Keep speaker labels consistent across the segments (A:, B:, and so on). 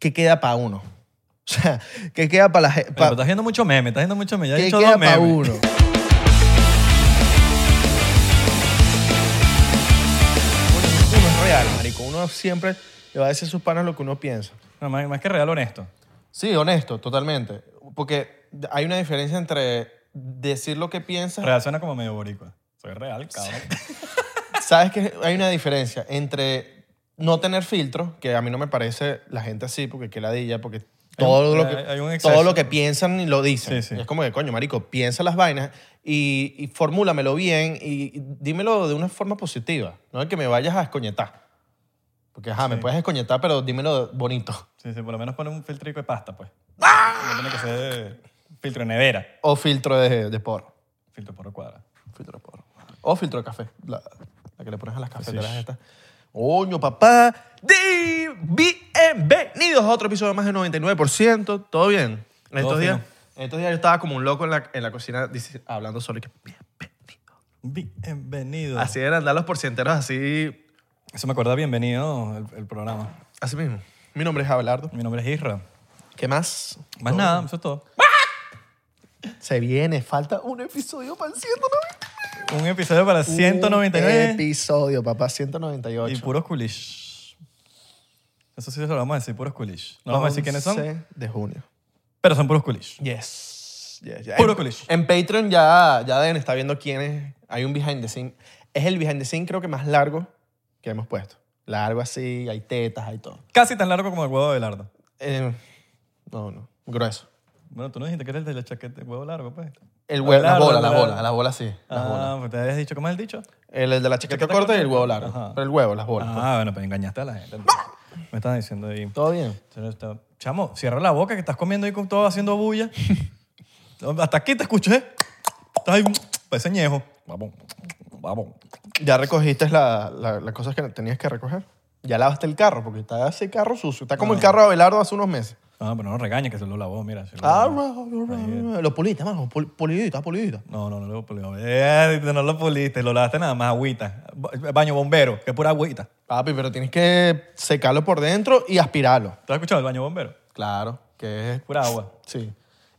A: ¿qué queda para uno? O sea, ¿qué queda para la gente?
B: Pero estás haciendo mucho meme, estás haciendo mucho meme. Ya he
A: ¿Qué
B: dicho
A: queda
B: dos
A: para
B: memes.
A: uno? Uno es real, marico. Uno siempre le va a decir a sus panas lo que uno piensa.
B: No, más, más que real, honesto.
A: Sí, honesto, totalmente. Porque hay una diferencia entre decir lo que piensas.
B: Real suena como medio boricua. Soy real, cabrón.
A: Sabes que hay una diferencia entre no tener filtro, que a mí no me parece la gente así, porque qué ladilla, porque todo,
B: un-
A: lo, que,
B: hay- hay un
A: todo
B: exceso.
A: lo que piensan y lo dicen.
B: Sí, sí.
A: Y es como que, coño, marico, piensa las vainas y, y formúlamelo bien y, y dímelo de una forma positiva. No es que me vayas a escoñetar. Porque, ajá, me
B: Sí.
A: puedes escoñetar, pero dímelo bonito.
B: Sí, sí, por lo menos pone un filtrico de pasta, pues. No tiene que ser filtro de nevera.
A: O filtro de, de porro.
B: Filtro por cuadra.
A: Filtro de porro. O filtro de café. La, la que le pones a las cafeteras
B: Sí.
A: estas. Oño, papá. Di- Bienvenidos a otro episodio más de 99%. ¿Todo bien? En estos,
B: Todo
A: días,
B: fino.
A: en estos días yo estaba como un loco en la, en la cocina dice- hablando solo. y que, bien, bien.
B: Bienvenido.
A: así de andar los porcienteros así,
B: Eso me acuerda bienvenido el, el programa.
A: así mismo. Mi nombre es Abelardo.
B: Mi nombre es Isra.
A: ¿Qué más?
B: Más nada, eso es todo.
A: Se viene. Falta un episodio para el 199.
B: Un episodio para 199
A: Un episodio, papá.
B: y
A: 198.
B: puros culish. Eso sí se lo vamos a decir, puros culish. No vamos a decir quiénes son,
A: 11 de junio.
B: pero son puros culish.
A: Yes. yes, yes.
B: Puro
A: En-
B: colegio.
A: En Patreon ya, ya deben estar viendo quién es. Hay un behind the scene. Es el behind the scene creo que más largo que hemos puesto. Largo así, hay tetas, hay todo.
B: Casi tan largo como el huevo de Belardo.
A: Eh, no, no. Grueso.
B: Bueno, tú no dijiste que era el de la chaqueta, el huevo largo, pues.
A: El huevo, las
B: Largo,
A: bolas, las
B: largo.
A: bolas, las bolas sí. Las bolas.
B: Ah, pues te habías dicho, ¿cómo es el dicho?
A: El, el de la chaqueta
B: Chaqueta
A: corta y el
B: corta.
A: huevo largo.
B: Ajá.
A: Pero el huevo, las bolas.
B: Ah, bueno, pues engañaste a la gente. Me estaban diciendo ahí.
A: Todo bien.
B: Pero está- Chamo, cierra la boca que estás comiendo ahí con todo haciendo bulla. Hasta aquí te escuché. Estás ahí, parece ñejo. Vamos, vamos.
A: Ya recogiste la- la- las cosas que tenías que recoger. Ya lavaste el carro, porque está ese carro sucio. Está
B: Ah.
A: como el carro de Abelardo hace unos meses.
B: No, pero no regañes que se lo lavó, mira. se lo
A: Ah,
B: lavó.
A: lo puliste, mano. pul- Pulidito, ah, pulidito.
B: No, no, no lo puliste. No lo puliste, lo lavaste nada más agüita. Ba- Baño bombero, que pura agüita.
A: Papi, pero tienes que secarlo por dentro y aspirarlo.
B: ¿Tú has escuchado el baño bombero?
A: Claro, que es...
B: Pura agua.
A: Sí.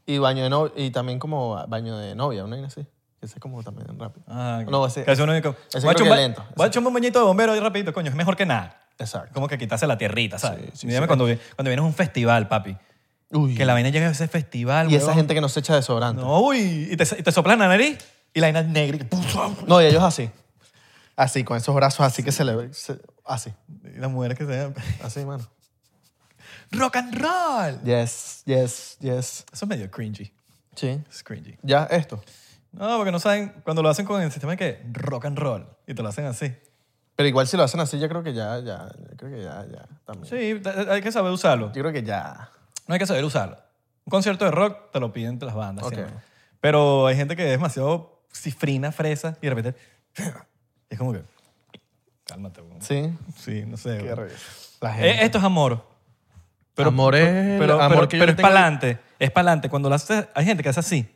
A: Y baño de no, y también como baño de novia, una vaina así. Ese es como también rápido.
B: Ah,
A: no, ese...
B: que hace uno y como,
A: ese
B: voy
A: creo
B: a
A: que
B: chumbar-
A: es lento.
B: Voy a echar un bañito de bombero ahí rapidito, coño, es mejor que nada.
A: Exacto.
B: Como que quitarse la tierrita, ¿sabes?
A: Sí, sí,
B: Dígame cuando, vi- cuando vienes a un festival, papi.
A: Uy.
B: Que la vaina llega a ese festival,
A: y esa
B: huevón.
A: gente que no se echa desodorante. No.
B: No, uy, y te, y te soplan la nariz y la vaina negra. y que, puf, ah,
A: y ellos así. Así, con esos brazos así que se le... ve- se- así.
B: Y las mujeres que se ven.
A: Así, mano.
B: ¡Rock and roll!
A: Yes, yes, yes.
B: Eso es medio cringy.
A: Sí.
B: Es cringy.
A: Ya, esto.
B: No, porque no saben, cuando lo hacen con el sistema de que rock and roll y te lo hacen así.
A: Pero igual si lo hacen así, yo creo que ya, ya, yo creo que ya, ya, también.
B: Sí, t- hay que saber usarlo.
A: Yo creo que ya.
B: No hay que saber usarlo. Un concierto de rock te lo piden las bandas.
A: Ok.
B: siempre. Pero hay gente que es demasiado cifrina, fresa y de repente. Es como que. Cálmate, weón.
A: Sí.
B: Sí, no sé.
A: Qué
B: weón.
A: re- La
B: Eh, esto es amor. Pero,
A: Amor es-
B: pero,
A: amor
B: pero-
A: que yo le
B: pero es
A: tengo-
B: para adelante. Es para adelante. Cuando lo haces, hay gente que hace así.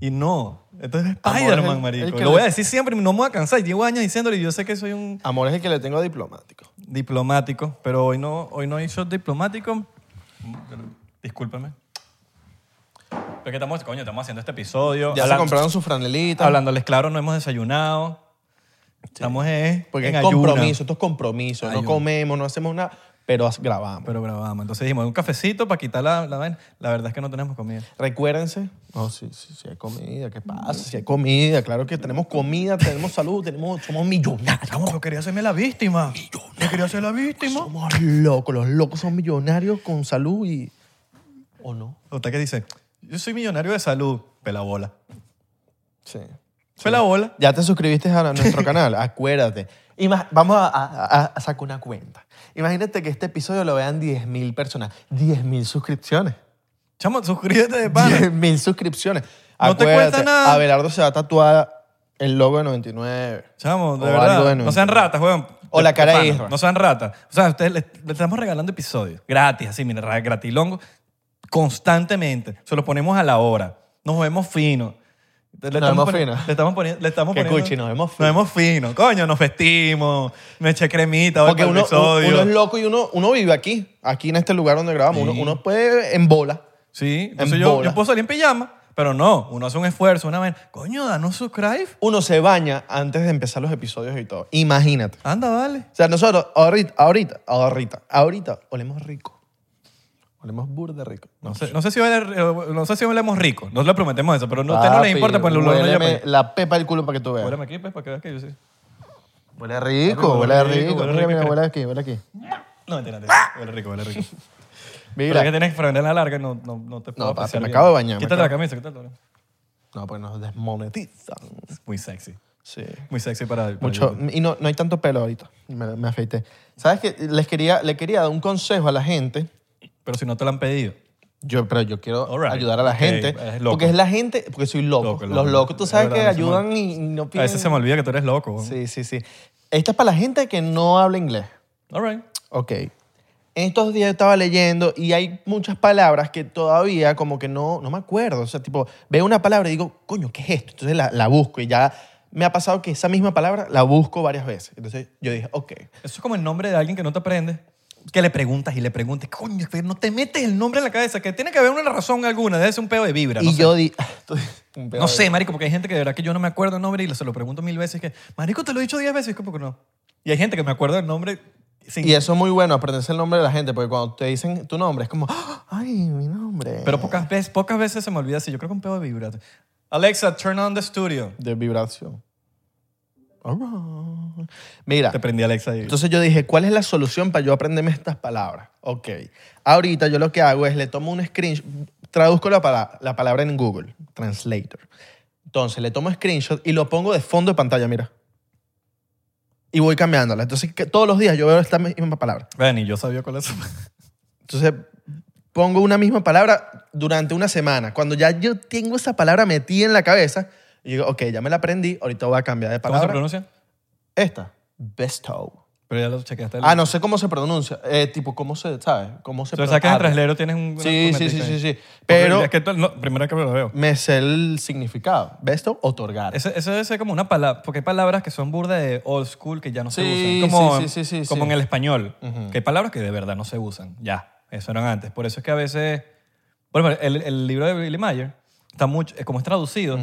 B: Y no. Entonces es
A: Amor es
B: Spider-Man,
A: el-
B: marico.
A: el que
B: lo voy
A: le-
B: a decir siempre. No me voy a cansar. Llevo años diciéndolo y yo sé que soy un
A: Amor es el que le tengo diplomático.
B: diplomático. Pero hoy no, hoy no hizo diplomático. Discúlpame. Pero que estamos, coño, estamos haciendo este episodio.
A: Ya se
B: hablan-
A: compraron sus franelitas.
B: Hablándoles claro, no hemos desayunado. Estamos eh,
A: Porque
B: en
A: es
B: ayuna.
A: compromiso, esto es compromiso. No
B: Ayuno.
A: comemos, no hacemos nada, pero as- grabamos.
B: Pero grabamos. Entonces dijimos, un cafecito para quitar la, la vaina. La verdad es que no tenemos comida.
A: Recuérdense. No, sí, sí, sí hay comida, ¿qué pasa? Si hay comida, claro que tenemos comida, tenemos salud, tenemos, somos millonarios.
B: Chamo, yo quería hacerme la víctima. Yo quería ser la víctima.
A: Somos locos, los locos son millonarios con salud y. ¿O no?
B: Usted que dice, yo soy millonario de salud. Pela bola.
A: Sí.
B: Pela bola.
A: Ya te suscribiste a nuestro canal, acuérdate. Ima- vamos a, a- a- a sacar una cuenta. Imagínate que este episodio lo vean 10.000 personas, 10.000 suscripciones.
B: Chamo, suscríbete de pana.
A: 10.000 suscripciones.
B: No te
A: Acuérdate,
B: cuesta nada.
A: Abelardo se va a tatuar el logo de 99.
B: Chamo, de
A: O
B: verdad.
A: algo de
B: no sean ratas, weón.
A: O la cara de
B: pana,
A: Isra.
B: No sean ratas. O sea, ustedes les, les estamos regalando episodios gratis, así, mira, ra- gratilongo, constantemente. Se los ponemos a la hora. Nos vemos finos. Le
A: Nos vemos
B: poni-
A: finos.
B: Le estamos poniendo. Le estamos
A: Qué
B: poniendo-
A: cuchi, nos vemos
B: Nos vemos finos. Coño, nos vestimos. Me eché cremita hoy
A: Porque
B: para el
A: uno,
B: este episodio.
A: uno es loco y uno, uno vive aquí, aquí en este lugar donde grabamos. Uno,
B: Sí.
A: uno puede en bola.
B: Sí, entonces
A: en
B: yo,
A: bola.
B: yo puedo salir en pijama, pero no. Uno hace un esfuerzo, una vez. Coño, danos subscribe.
A: Uno se baña antes de empezar los episodios y todo. Imagínate.
B: Anda, vale.
A: O sea, nosotros ahorita, ahorita, ahorita, ahorita olemos rico. Olemos burda rico.
B: No sé, no sé si huele- eh, no sé si hablemos rico. No le prometemos eso, pero no, a usted no le
A: Papi,
B: importa, pues lo lo- lo-
A: huéleme
B: lo-
A: la pepa del culo para que tú veas.
B: Huéleme aquí, pues, para que veas que yo sí.
A: Huele rico, huele rico.
B: huele
A: Mira,
B: rico.
A: mira, huele aquí, huele aquí.
B: No, mentira, mentira. Huele rico, huele rico. Pero es que
A: Ah. Mira.
B: tienes franela larga, no, no, no te puedo
A: papi,
B: apreciar
A: me
B: bien.
A: acabo de bañar, me
B: Quítate la
A: acabo-
B: camisa, quítate la
A: No, pues nos desmonetizan.
B: Muy sexy.
A: Sí.
B: Muy sexy para... para
A: Mucho,
B: YouTube.
A: y no, no hay tanto pelo ahorita. Me, me afeité. ¿Sabes qué? Les quería, le quería dar un consejo a la gente.
B: Pero si no te lo han pedido.
A: Yo, pero yo quiero
B: All right.
A: ayudar a la
B: Ok,
A: gente.
B: eres loco.
A: porque es la gente, porque soy loco.
B: Loco, loco.
A: Los locos, tú
B: Es
A: sabes
B: verdad,
A: que
B: no se me-
A: ayudan y no
B: A
A: piden.
B: veces se me olvida que tú eres loco. weón.
A: Sí, sí, sí. Esta es para la gente que no habla inglés.
B: All right.
A: Ok. En estos días estaba leyendo y hay muchas palabras que todavía como que no, no me acuerdo. O sea, tipo, veo una palabra y digo, coño, ¿qué es esto? Entonces la, la busco y ya me ha pasado que esa misma palabra la busco varias veces. Entonces yo dije, ok.
B: Eso es como el nombre de alguien que no te aprende. Que le preguntas y le preguntas, coño, pero no te metes el nombre en la cabeza, que tiene que haber una razón alguna, debe ser un pedo de vibra. no
A: y
B: sé.
A: yo di... Un pedo
B: No
A: de-
B: sé, marico, porque hay gente que de verdad que yo no me acuerdo el nombre y se lo pregunto mil veces que, marico, te lo he dicho diez veces, como que no. Y hay gente que me acuerda el nombre sin...
A: Y eso es muy bueno, aprenderse el nombre de la gente, porque cuando te dicen tu nombre, es como, "Ah, ay, mi nombre.
B: Pero pocas veces, pocas veces se me olvida así. Yo creo que un pedo de vibra. Alexa, turn on the studio.
A: De vibración. All right. Mira,
B: Te prendí Alexa ahí.
A: entonces yo dije, ¿cuál es la solución para yo aprenderme estas palabras? Ok. Ahorita yo lo que hago es le tomo un screenshot, traduzco la, pala- la palabra en Google, Translator. Entonces le tomo screenshot y lo pongo de fondo de pantalla, mira. Y voy cambiándola. Entonces que todos los días yo veo esta misma palabra.
B: Ven, y yo sabía cuál es.
A: Entonces, pongo una misma palabra durante una semana. Cuando ya yo tengo esa palabra metida en la cabeza, y digo, ok, ya me la aprendí, ahorita voy a cambiar de
B: ¿Cómo se
A: palabra.
B: pronuncia?
A: Esta, bestow.
B: Pero ya lo chequeaste.
A: Ah, no sé cómo se pronuncia. Eh, tipo, ¿cómo se sabe? ¿Cómo se
B: O sea, sabes que en el
A: pronuncia?
B: traslero tienes un...
A: ah, Sí,
B: una
A: sí, sí,
B: cornetica
A: sí,
B: ahí.
A: sí.
B: Porque
A: Pero Mm.
B: Es que esto- no, primera que lo veo.
A: me sé el significado. Bestow, otorgar.
B: Eso, eso debe ser como una palabra, porque hay palabras que son burda de old school que ya no
A: Sí,
B: se usan. Como,
A: sí, sí, sí, sí,
B: como
A: sí.
B: en el español, que hay palabras que de verdad no se usan. Ya, eso eran antes. Por eso es que a veces, bueno, el, el libro de Billy Mayer, está mucho, eh, como es traducido,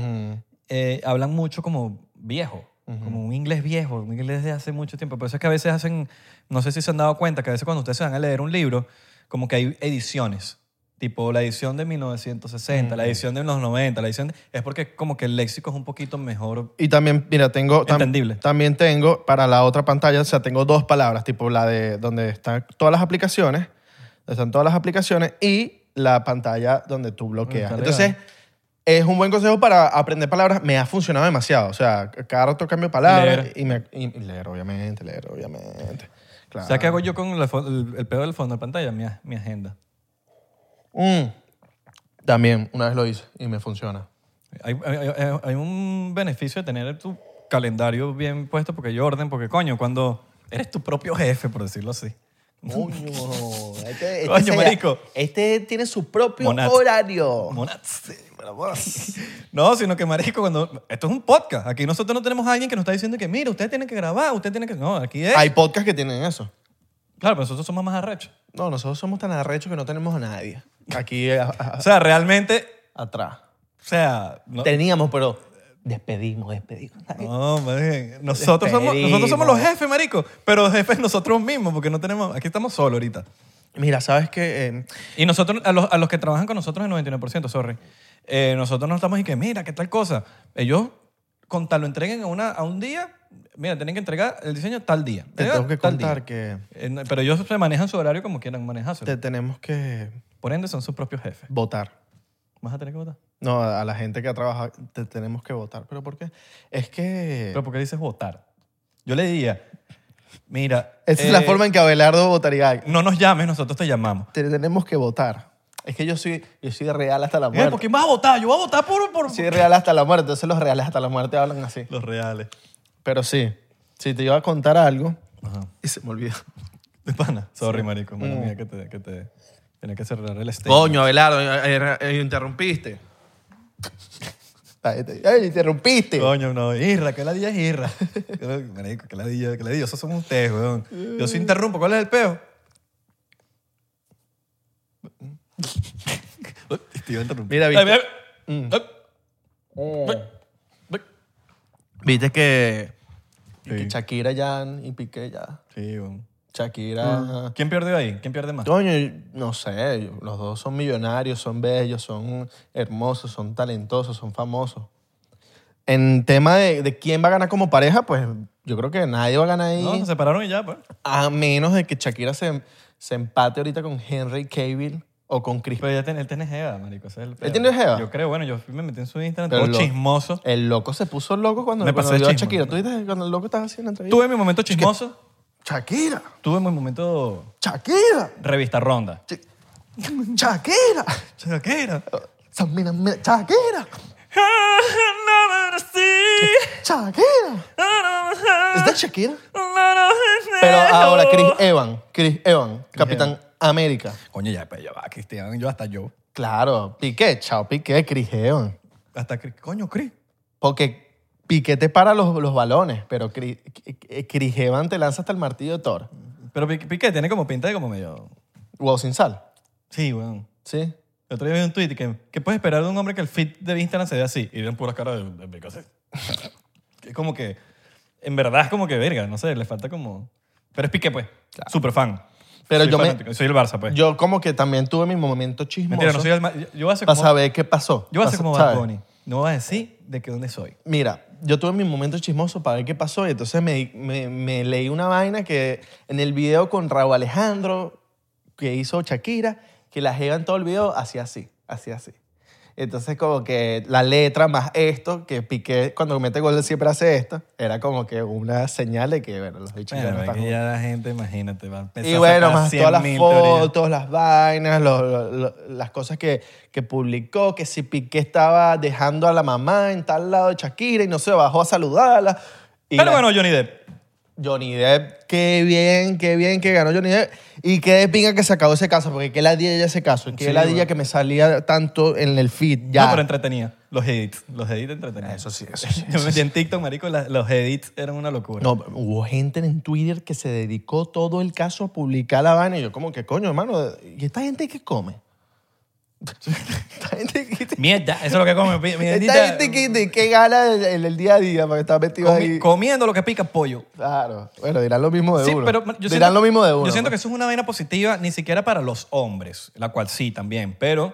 B: eh, hablan mucho como viejo, como un inglés viejo, un inglés de hace mucho tiempo. Por eso es que a veces hacen, no sé si se han dado cuenta, que a veces cuando ustedes se van a leer un libro, como que hay ediciones. Tipo la edición de 1960, la edición de los 90, la edición de- Es porque como que el léxico es un poquito mejor
A: Y también, mira, tengo... tam-
B: Entendible.
A: También tengo para la otra pantalla, o sea, tengo dos palabras, tipo la de donde están todas las aplicaciones, donde están todas las aplicaciones y la pantalla donde tú bloqueas.
B: Está legal.
A: Entonces, es un buen consejo para aprender palabras. Me ha funcionado demasiado. O sea, cada rato cambio palabras
B: Leer.
A: y, me, y, y leer, obviamente, leer, obviamente. Claro.
B: O sea, ¿qué hago yo con la fo- el, el pedo del fondo de pantalla? Mi, a- mi agenda.
A: Mm. También, una vez lo hice y me funciona.
B: Hay, hay- hay- hay un beneficio de tener tu calendario bien puesto porque hay orden, porque coño, cuando eres tu propio jefe, por decirlo así.
A: Coño, este, este
B: Coño,
A: se-
B: marico.
A: Este tiene su propio
B: Monat.
A: horario.
B: Monats. No, sino que marico, cuando... Esto es un podcast. Aquí nosotros no tenemos a alguien que nos está diciendo que, mira, ustedes tienen que grabar, ustedes tienen que... No, aquí es...
A: ¿Eh? Hay podcasts que tienen eso.
B: Claro, pero nosotros somos más arrechos.
A: No, nosotros somos tan arrechos que no tenemos a nadie. Aquí a- a-
B: O sea, realmente...
A: atrás.
B: O sea... no-
A: Teníamos, pero despedimos, despedimos.
B: No, marico. nosotros somos, nosotros somos los jefes, marico. Pero jefes nosotros mismos, porque no tenemos. Aquí estamos solos ahorita.
A: Mira, ¿sabes qué? Eh,
B: Y nosotros, a los, a los que trabajan con nosotros, el 99%, sorry. eh, nosotros no estamos y que, mira, qué tal cosa. Ellos, con tal lo entreguen a, una, a un día, mira, tienen que entregar el diseño tal día.
A: te
B: Entregar
A: tengo que
B: Eh, tal
A: contar
B: día.
A: que
B: Eh, no, pero ellos se manejan su horario como quieran manejarse.
A: te tenemos que
B: Por ende, son sus propios jefes.
A: votar.
B: ¿Vas a tener que votar?
A: No, a la gente que ha trabajado, te tenemos que votar. ¿Pero por qué? Es que...
B: ¿Pero por qué dices votar? Yo le diría, mira.
A: esa es la
B: eh,
A: forma en que Abelardo votaría.
B: No nos llames, nosotros te llamamos.
A: Te tenemos que votar. Es que yo soy, yo soy real hasta la
B: Eh,
A: muerte.
B: ¿Por qué vas a votar? Yo voy a votar por. por...
A: Soy real hasta la muerte. Entonces los reales hasta la muerte hablan así.
B: Los reales.
A: Pero sí, si te iba a contar algo...
B: Ajá.
A: Y se me olvidó.
B: De pana. Sorry, marico.
A: Mm.
B: Mala mía que te, que te... Tienes que cerrar el stage. eh,
A: Coño, Abelardo, eh, eh, eh, interrumpiste. ¡Ay, interrumpiste!
B: Coño, no, irra, que ladilla es irra. Marico, que ladilla, que ladilla, esos somos ustedes, weón. Yo sí interrumpo, ¿cuál es el peo? Uy, Te iba a interrumpir.
A: Mira, viste,
B: Ay, mira.
A: Mm.
B: Ay,
A: Eh.
B: ay, ay.
A: viste que, que
B: Sí.
A: Shakira ya y Piqué ya.
B: Sí, weón.
A: Shakira.
B: ¿Quién pierde ahí? ¿Quién pierde más?
A: Coño, no sé, los dos son millonarios, son bellos, son hermosos, son talentosos, son famosos. En tema de, de quién va a ganar como pareja, pues yo creo que nadie va a ganar ahí,
B: No, se separaron y ya, pues.
A: a menos de que Shakira se, se empate ahorita con Henry Cavill o con Chris
B: Pero ya tiene, él tiene jeva, marico. ese es el pedo.
A: tiene jeva?
B: Yo creo, bueno, yo fui- me metí en su Instagram,
A: Pero
B: todo
A: lo-
B: chismoso.
A: El loco se puso loco cuando,
B: Me
A: cuando
B: pasé
A: vio a
B: chisme.
A: Shakira. ¿Tú viste cuando el loco estaba haciendo entrevista?
B: Tuve mi momento chismoso,
A: ¡Shakira!
B: tuve mi momento
A: ¡Shakira!
B: revista ronda.
A: Ch- ¡Shakira!
B: Shakira.
A: Esa mina- mira, ¡Shakira! ¡Shakira! ¿Es de Shakira? Pero ahora Chris Evans, Chris Evans, Capitán América.
B: Coño, ya, pues ya va, Cristian, yo hasta yo.
A: Claro, Piqué, chao Piqué, Chris Evans.
B: Hasta Cris- coño, Cris.
A: Porque Piqué te para los, los balones, pero Chris, Chris Evans te lanza hasta el martillo de Thor.
B: Pero Pi- Piqué tiene como pinta de como medio.
A: Wow, sin sal,
B: Sí, weón.
A: ¿sí?
B: El otro día vi un tweet que, ¿qué puedes esperar de un hombre que el feed de Instagram se vea así? Y vean puras caras de, de Picasso. Que es como que, en verdad es como que verga, no sé, le falta como... Pero es Piqué, pues. Super fan.
A: Pero
B: soy
A: yo me-
B: fanático, Soy el Barça, pues.
A: Yo como que también tuve mi momento chismoso
B: Mentira, no soy el... ma- Yo, yo voy a hacer
A: para
B: como...
A: saber qué pasó.
B: Yo voy a hacer
A: Para-
B: como Bad
A: ¿sabes?
B: Bunny. No voy a decir de que dónde soy.
A: Mira, yo tuve mi momento chismoso para ver qué pasó y entonces me, me- me leí una vaina que en el video con Raúl Alejandro que hizo Shakira, que la jeva en todo el video hacía así, hacía así. Entonces como que la letra más esto, que Piqué cuando mete gol siempre hace esto, era como que una señal de que, bueno, los bichos ya
B: Bueno,
A: no
B: es
A: están
B: que ya la gente, imagínate, va a empezar
A: y
B: a
A: bueno,
B: sacar
A: más todas las
B: 100.000 teorías.
A: fotos, las vainas, lo- lo- lo- las cosas que, que publicó, que si Piqué estaba dejando a la mamá en tal lado de Shakira y no se bajó a saludarla. Y
B: Pero
A: la-
B: bueno, Johnny Depp.
A: Johnny Depp, qué bien, qué bien que ganó Johnny Depp. Y qué de pinga que se acabó ese caso, porque qué ladilla ya ese caso. Y qué
B: Sí,
A: ladilla
B: bueno.
A: que me salía tanto en el feed. Ya.
B: No, pero entretenía. Los edits. Los edits entretenían.
A: Eso sí, eso sí.
B: Yo me metí en TikTok, marico, la- los edits eran una locura.
A: No, hubo gente en Twitter que se dedicó todo el caso a publicar la vaina. Y yo como que, coño, hermano, ¿y esta gente qué come? esta gente que...
B: Mierda, eso es lo que come. mi- mi
A: Esta
B: bendita-
A: gente que, de- que gana en el, el día a día porque está metido
B: comi-
A: ahí.
B: comiendo lo que pica pollo.
A: Claro. Bueno, dirán lo mismo de
B: Sí,
A: uno.
B: pero yo
A: dirán
B: siento-
A: lo mismo de uno. pues.
B: Yo siento que eso es una vaina positiva, ni siquiera para los hombres, la cual sí también, pero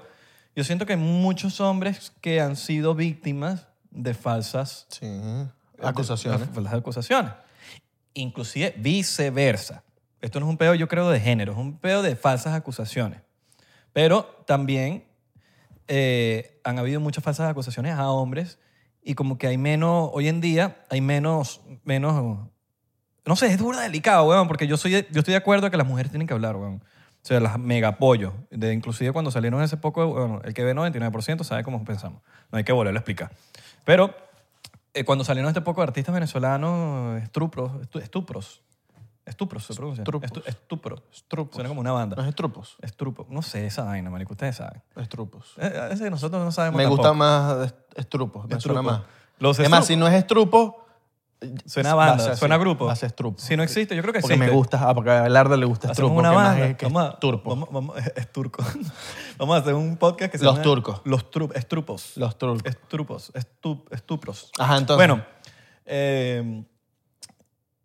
B: yo siento que hay muchos hombres que han sido víctimas de falsas
A: Sí. Acusaciones.
B: de- de Las acusaciones. Inclusive viceversa. Esto no es un pedo, yo creo, de género, es un pedo de falsas acusaciones. Pero también eh, han habido muchas falsas acusaciones a hombres y como que hay menos, hoy en día hay menos, menos, no sé, es dura, delicado, weón, porque yo, soy, de- yo estoy de acuerdo que las mujeres tienen que hablar, weón. O sea, las mega apoyo. De, inclusive cuando salieron hace poco, bueno, el que ve 99% sabe cómo pensamos. No hay que volverlo a explicar. Pero eh, cuando salieron este poco de artistas venezolanos, estupros, estu- estupros, estupros se pronuncia.
A: Estrupos.
B: Estu- estupro. Suena como una banda.
A: Los estrupos.
B: Estrupo. No sé esa vaina, marico. Ustedes saben.
A: Estrupos.
B: Eh, A veces nosotros no sabemos
A: Me gusta
B: tampoco.
A: más est- estrupos. Me suena
B: Estrupo.
A: más.
B: Los
A: Además,
B: estrupos.
A: si no es estrupo,
B: Suena a banda,
A: va a ser
B: suena a
A: así,
B: grupo.
A: va a ser estrupo.
B: Si no existe, yo creo que
A: porque me
B: existe.
A: gusta, ah, porque a Belardo le gusta
B: Hacemos
A: estrupo.
B: una
A: que más
B: banda.
A: es que
B: vamos, a,
A: turpo.
B: Vamos, vamos- es turco. vamos a hacer un podcast que se
A: Los
B: llama...
A: turcos.
B: Los tru- estrupos.
A: Los turcos.
B: Estrupos. Estu, estupros.
A: Ajá, entonces.
B: Bueno, eh,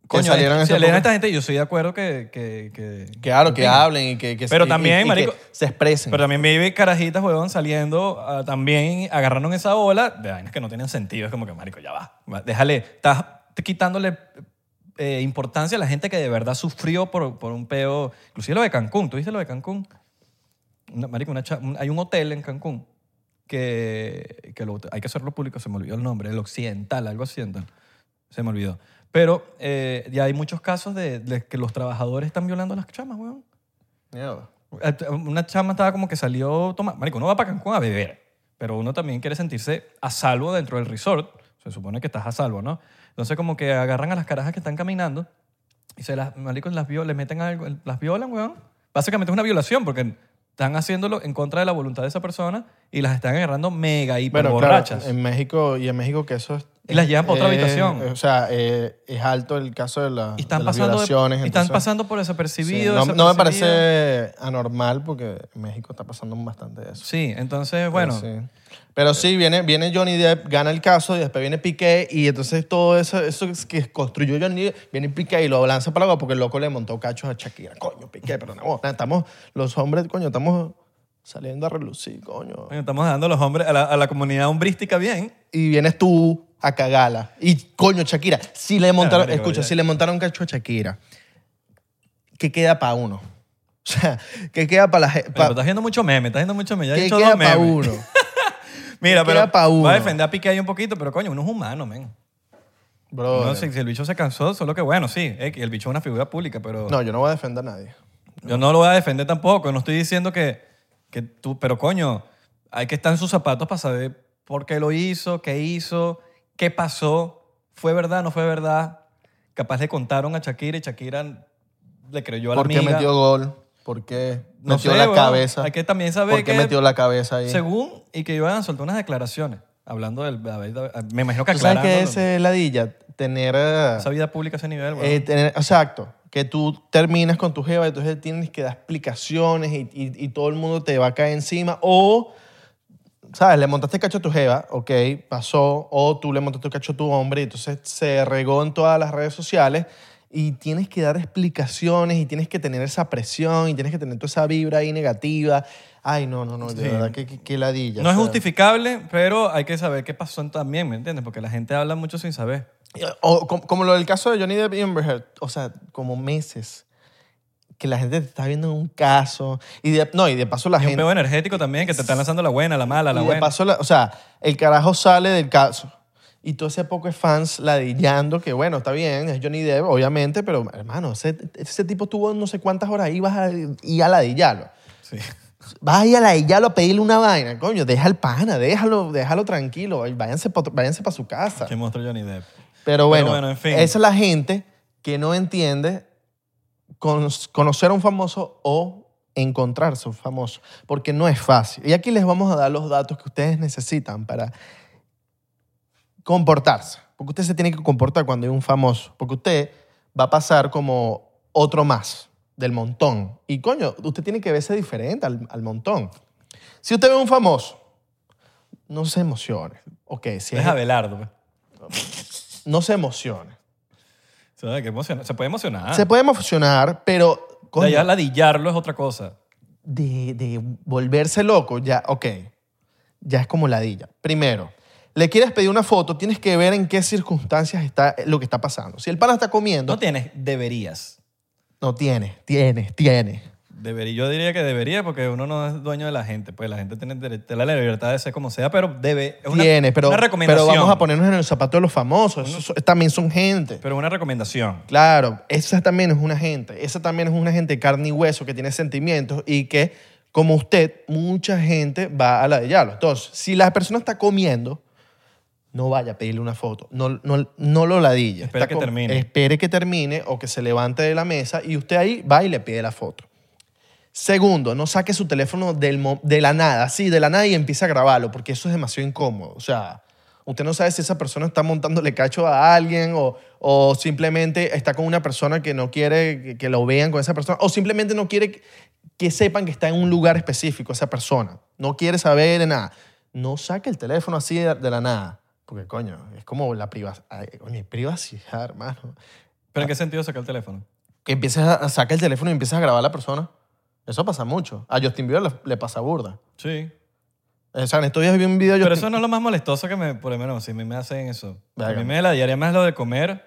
B: coño,
A: salieron
B: es-
A: ese
B: salieron
A: poco-
B: esta gente y yo estoy de acuerdo que... que, que
A: Claro, que hablen y que, que-
B: Pero
A: y-
B: también,
A: y- y que
B: marico-
A: se expresen.
B: Pero también vi carajitas, huevón, saliendo, ah, también agarraron esa ola de vainas que no tienen sentido. Es como que, marico, ya va. va, Déjale, estás quitándole eh, importancia a la gente que de verdad sufrió por, por un peo. Inclusive lo de Cancún. ¿Tú viste lo de Cancún? Una- marico, una cha- un- hay un hotel en Cancún que, que lo- hay que hacerlo público. Se me olvidó el nombre. El Occidental, algo occidental. Se me olvidó. Pero eh, ya hay muchos casos de, de que los trabajadores están violando a las chamas, huevón.
A: Mierda.
B: Una chama estaba como que salió tomar. Marico, uno va para Cancún a beber, pero uno también quiere sentirse a salvo dentro del resort. Se supone que estás a salvo, ¿no? Entonces, como que agarran a las carajas que están caminando y se las, maricos, las violan, les meten algo, las violan, weón. Básicamente es una violación porque están haciéndolo en contra de la voluntad de esa persona y las están agarrando mega hiper
A: Bueno, claro,
B: borrachas.
A: en México y en México que eso es...
B: Y las llevan pa' otra
A: es-
B: habitación.
A: O sea, eh, es alto el caso de, la,
B: y están
A: de las
B: pasando, de-
A: violaciones.
B: y están
A: entonces-
B: pasando por
A: Sí,
B: desapercibido.
A: no, no me
B: desapercibido.
A: parece anormal porque en México está pasando bastante de eso.
B: Sí, entonces, bueno.
A: Pero sí, Pero sí, viene, viene Johnny Depp, gana el caso y después viene Piqué y entonces todo eso, eso que construyó Johnny Depp, viene Piqué y lo lanza para el agua porque el loco le montó cachos a Shakira. Coño, Piqué, pero no, nada, estamos, los hombres, coño, estamos saliendo a relucir, coño.
B: Bueno, estamos dando a los hombres, a la, a la comunidad hombrística bien.
A: Y vienes tú a cagarla. Y coño, Shakira, si le montaron,
B: marico,
A: escucha,
B: ya.
A: si le montaron cacho a Shakira, ¿qué queda para uno? O sea, ¿qué queda para la gente?
B: Pero estás haciendo mucho meme, estás haciendo mucho meme. Ya he
A: ¿Qué
B: dicho
A: queda
B: dos
A: para
B: memes.
A: uno?
B: Mira,
A: ¿Qué queda
B: pero
A: pa' uno?
B: va a defender a Piqué ahí un poquito, pero coño, uno es humano, men.
A: Bro,
B: No, si, si el bicho se cansó, solo que bueno, sí, eh, que el bicho es una figura pública, pero
A: no, yo no voy a defender a nadie.
B: yo no lo voy a defender tampoco. No estoy diciendo que, que tú, pero coño, hay que estar en sus zapatos para saber por qué lo hizo, qué hizo, qué pasó, fue verdad, no fue verdad. Capaz le contaron a Shakira y Shakira le creyó a la
A: ¿Por qué
B: amiga.
A: metió gol? ¿Por qué
B: No
A: metió
B: sé,
A: la
B: weón.
A: cabeza?
B: Hay que también saber
A: ¿Por qué
B: que-
A: metió la cabeza ahí?
B: Según, y que iban a soltar unas declaraciones, hablando del... a ver, a- me imagino que
A: ¿Tú sabes
B: aclarando
A: qué es eh, ladilla? Tener, eh,
B: esa vida pública a ese nivel, weón.
A: eh, tener- Exacto. Que tú terminas con tu jeva, entonces tienes que dar explicaciones y, y- y todo el mundo te va a caer encima. O, ¿sabes? Le montaste cacho a tu jeva, ok, pasó. O tú le montaste cacho a tu hombre y entonces se regó en todas las redes sociales. Y tienes que dar explicaciones y tienes que tener esa presión y tienes que tener toda esa vibra ahí negativa. Ay, no, no, no, de
B: Sí.
A: verdad, qué, qué- qué ladilla.
B: No
A: o
B: es
A: sea.
B: justificable, pero hay que saber qué pasó también, ¿me entiendes? Porque la gente habla mucho sin saber.
A: Eh, O, como, como lo del caso de Johnny Depp y Amber Heard, o sea, como meses que la gente te está viendo en un caso y de, no, y de paso la
B: Es un
A: gente
B: peo energético también, que te están lanzando la buena, la mala, la
A: y de
B: buena.
A: paso, la- o sea, el carajo sale del caso y todo ese poco de fans ladillando que bueno, está bien, es Johnny Depp obviamente, pero hermano, ese, ese tipo tuvo no sé cuántas horas ahí vas a ir a ladillarlo.
B: Sí.
A: Vas a ir a ladillarlo a pedirle una vaina, coño, deja el pana, déjalo, déjalo tranquilo, y váyanse para váyanse pa su casa.
B: Que mostró Johnny Depp.
A: Pero bueno,
B: bueno, en fin.
A: esa es la gente que no entiende con- conocer a un famoso o encontrarse a un famoso, porque no es fácil. Y aquí les vamos a dar los datos que ustedes necesitan para comportarse, porque usted se tiene que comportar cuando hay un famoso, porque usted va a pasar como otro más del montón. Y coño, usted tiene que verse diferente al, al montón. Si usted ve a un famoso, no se emocione. Ok, si
B: Es
A: es,
B: Abelardo. pues.
A: no se emocione.
B: O sea, que emociona- Se puede emocionar.
A: Se puede emocionar, pero coño,
B: De allá ladillarlo es otra cosa.
A: de, de volverse loco, ya, ok, ya es como ladilla. Primero, le quieres pedir una foto, tienes que ver en qué circunstancias está lo que está pasando. Si el pana está comiendo,
B: No
A: no,
B: tienes, deberías.
A: tiene, tiene, tiene.
B: Debería, yo diría que debería porque uno no es dueño de la gente. Pues la gente tiene, dere- tiene la libertad de ser como sea, pero debe. Es una,
A: tiene, pero,
B: una
A: pero
B: recomendación.
A: vamos a ponernos en el zapato de los famosos. Esos son- también son gente.
B: Pero una recomendación.
A: Claro, esa también es una gente. Esa también es una gente de carne y hueso que tiene sentimientos y que, como usted, mucha gente va a la de Yalo. Entonces, si la persona está comiendo, no vaya a pedirle una foto. No, no, no lo ladilla.
B: Espera
A: Está
B: que
A: com-
B: termine.
A: Espere que termine o que se levante de la mesa y usted ahí va y le pide la foto. Segundo, no saque su teléfono del mo- de la nada, sí, de la nada y empiece a grabarlo, porque eso es demasiado incómodo. O sea, usted no sabe si esa persona está montándole cacho a alguien o, o simplemente está con una persona que no quiere que, que lo vean con esa persona o simplemente no quiere que, que sepan que está en un lugar específico esa persona. No quiere saber de nada. No saque el teléfono así de, de la nada, porque coño, es como la privacidad. Coño, privacidad, hermano.
B: ¿Pero
A: Ah.
B: en qué sentido sacar el teléfono?
A: Que empiezas a, saca el teléfono y empiezas a grabar a la persona. Eso pasa mucho. A Justin Bieber le, le pasa burda.
B: Sí.
A: O sea, en estos días vi un video de
B: Pero
A: Justin-
B: eso no es lo más molestoso que me, por lo menos, si a mí me hacen eso. A
A: Verga.
B: mí me la diaria más lo de comer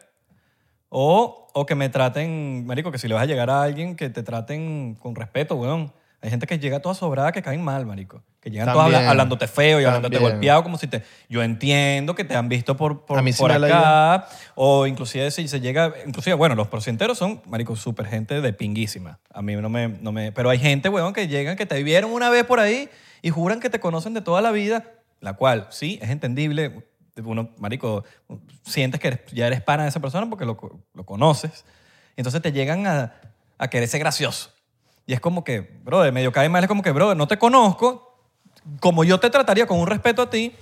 B: o, o que me traten, marico, que si le vas a llegar a alguien, que te traten con respeto, weón. Hay gente que llega toda sobrada que caen mal, marico. Que llegan todos
A: También.
B: habla- hablándote feo y hablándote
A: También.
B: golpeado como si te... Yo entiendo que te han visto por, por,
A: A mí sí
B: por
A: me la
B: acá o inclusive si se llega... Inclusive, bueno, los porcienteros son, marico, súper gente de pinguísima. A mí no me, no me... Pero hay gente, weón, que llegan, que te vieron una vez por ahí y juran que te conocen de toda la vida, la cual, sí, es entendible. Uno, marico, sientes que eres- ya eres pana de esa persona porque lo, co- lo conoces. Entonces te llegan a, a querer ser gracioso. Y es como que, brother, medio cae mal, es como que, brother, no te conozco, como yo te trataría con un respeto a ti,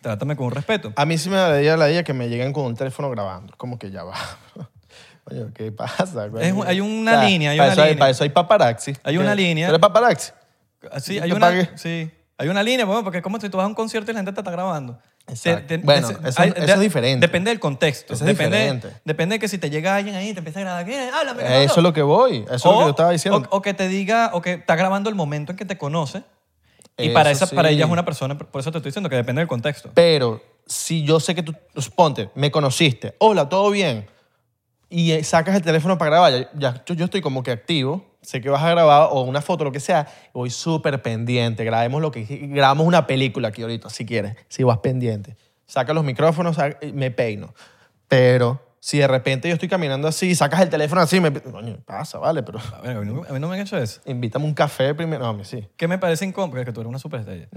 B: trátame con un respeto.
A: A mí sí me daría la idea que me lleguen con un teléfono grabando. Como que ya va. Oye, ¿qué pasa?
B: Es un- hay una línea, hay
A: para
B: una
A: eso
B: línea.
A: para eso hay paparazzi.
B: Hay una
A: ¿Qué?
B: línea.
A: ¿Tú eres paparazzi?
B: Ah, Sí,
A: Yo
B: hay
A: te pagué.
B: una, sí, hay una línea, bueno, porque es como si tú vas a un concierto y la gente te está grabando.
A: Exacto. Bueno, eso- eso es diferente.
B: Depende del contexto.
A: Eso es
B: depende,
A: diferente.
B: Depende de que si te llega alguien ahí y te empieza a grabar, ¿qué? Háblame,
A: A
B: Fernando".
A: Eso es lo que voy. Eso es lo que yo estaba diciendo.
B: O, o que te diga, o que está grabando el momento en que te conoce. Y
A: Eso
B: para, esa, para
A: sí.
B: ella es una persona, por eso te estoy diciendo que depende del contexto.
A: Pero si yo sé que tú, ponte, me conociste, hola, ¿todo bien? Y eh, sacas el teléfono para grabar, ya, ya- yo, yo estoy como que activo, sé que vas a grabar o una foto, lo que sea, voy súper pendiente, grabemos lo que grabamos una película aquí ahorita, si quieres, si vas pendiente. Saca los micrófonos, sa- me peino. Pero si de repente yo estoy caminando así, sacas el teléfono así, me... Coño, pasa, vale, pero
B: A, ver, a mí no- a mí no me han hecho eso.
A: invítame un café primero. No, a mí sí.
B: ¿Qué me parece incómodo? Porque es que tú eres una superestrella.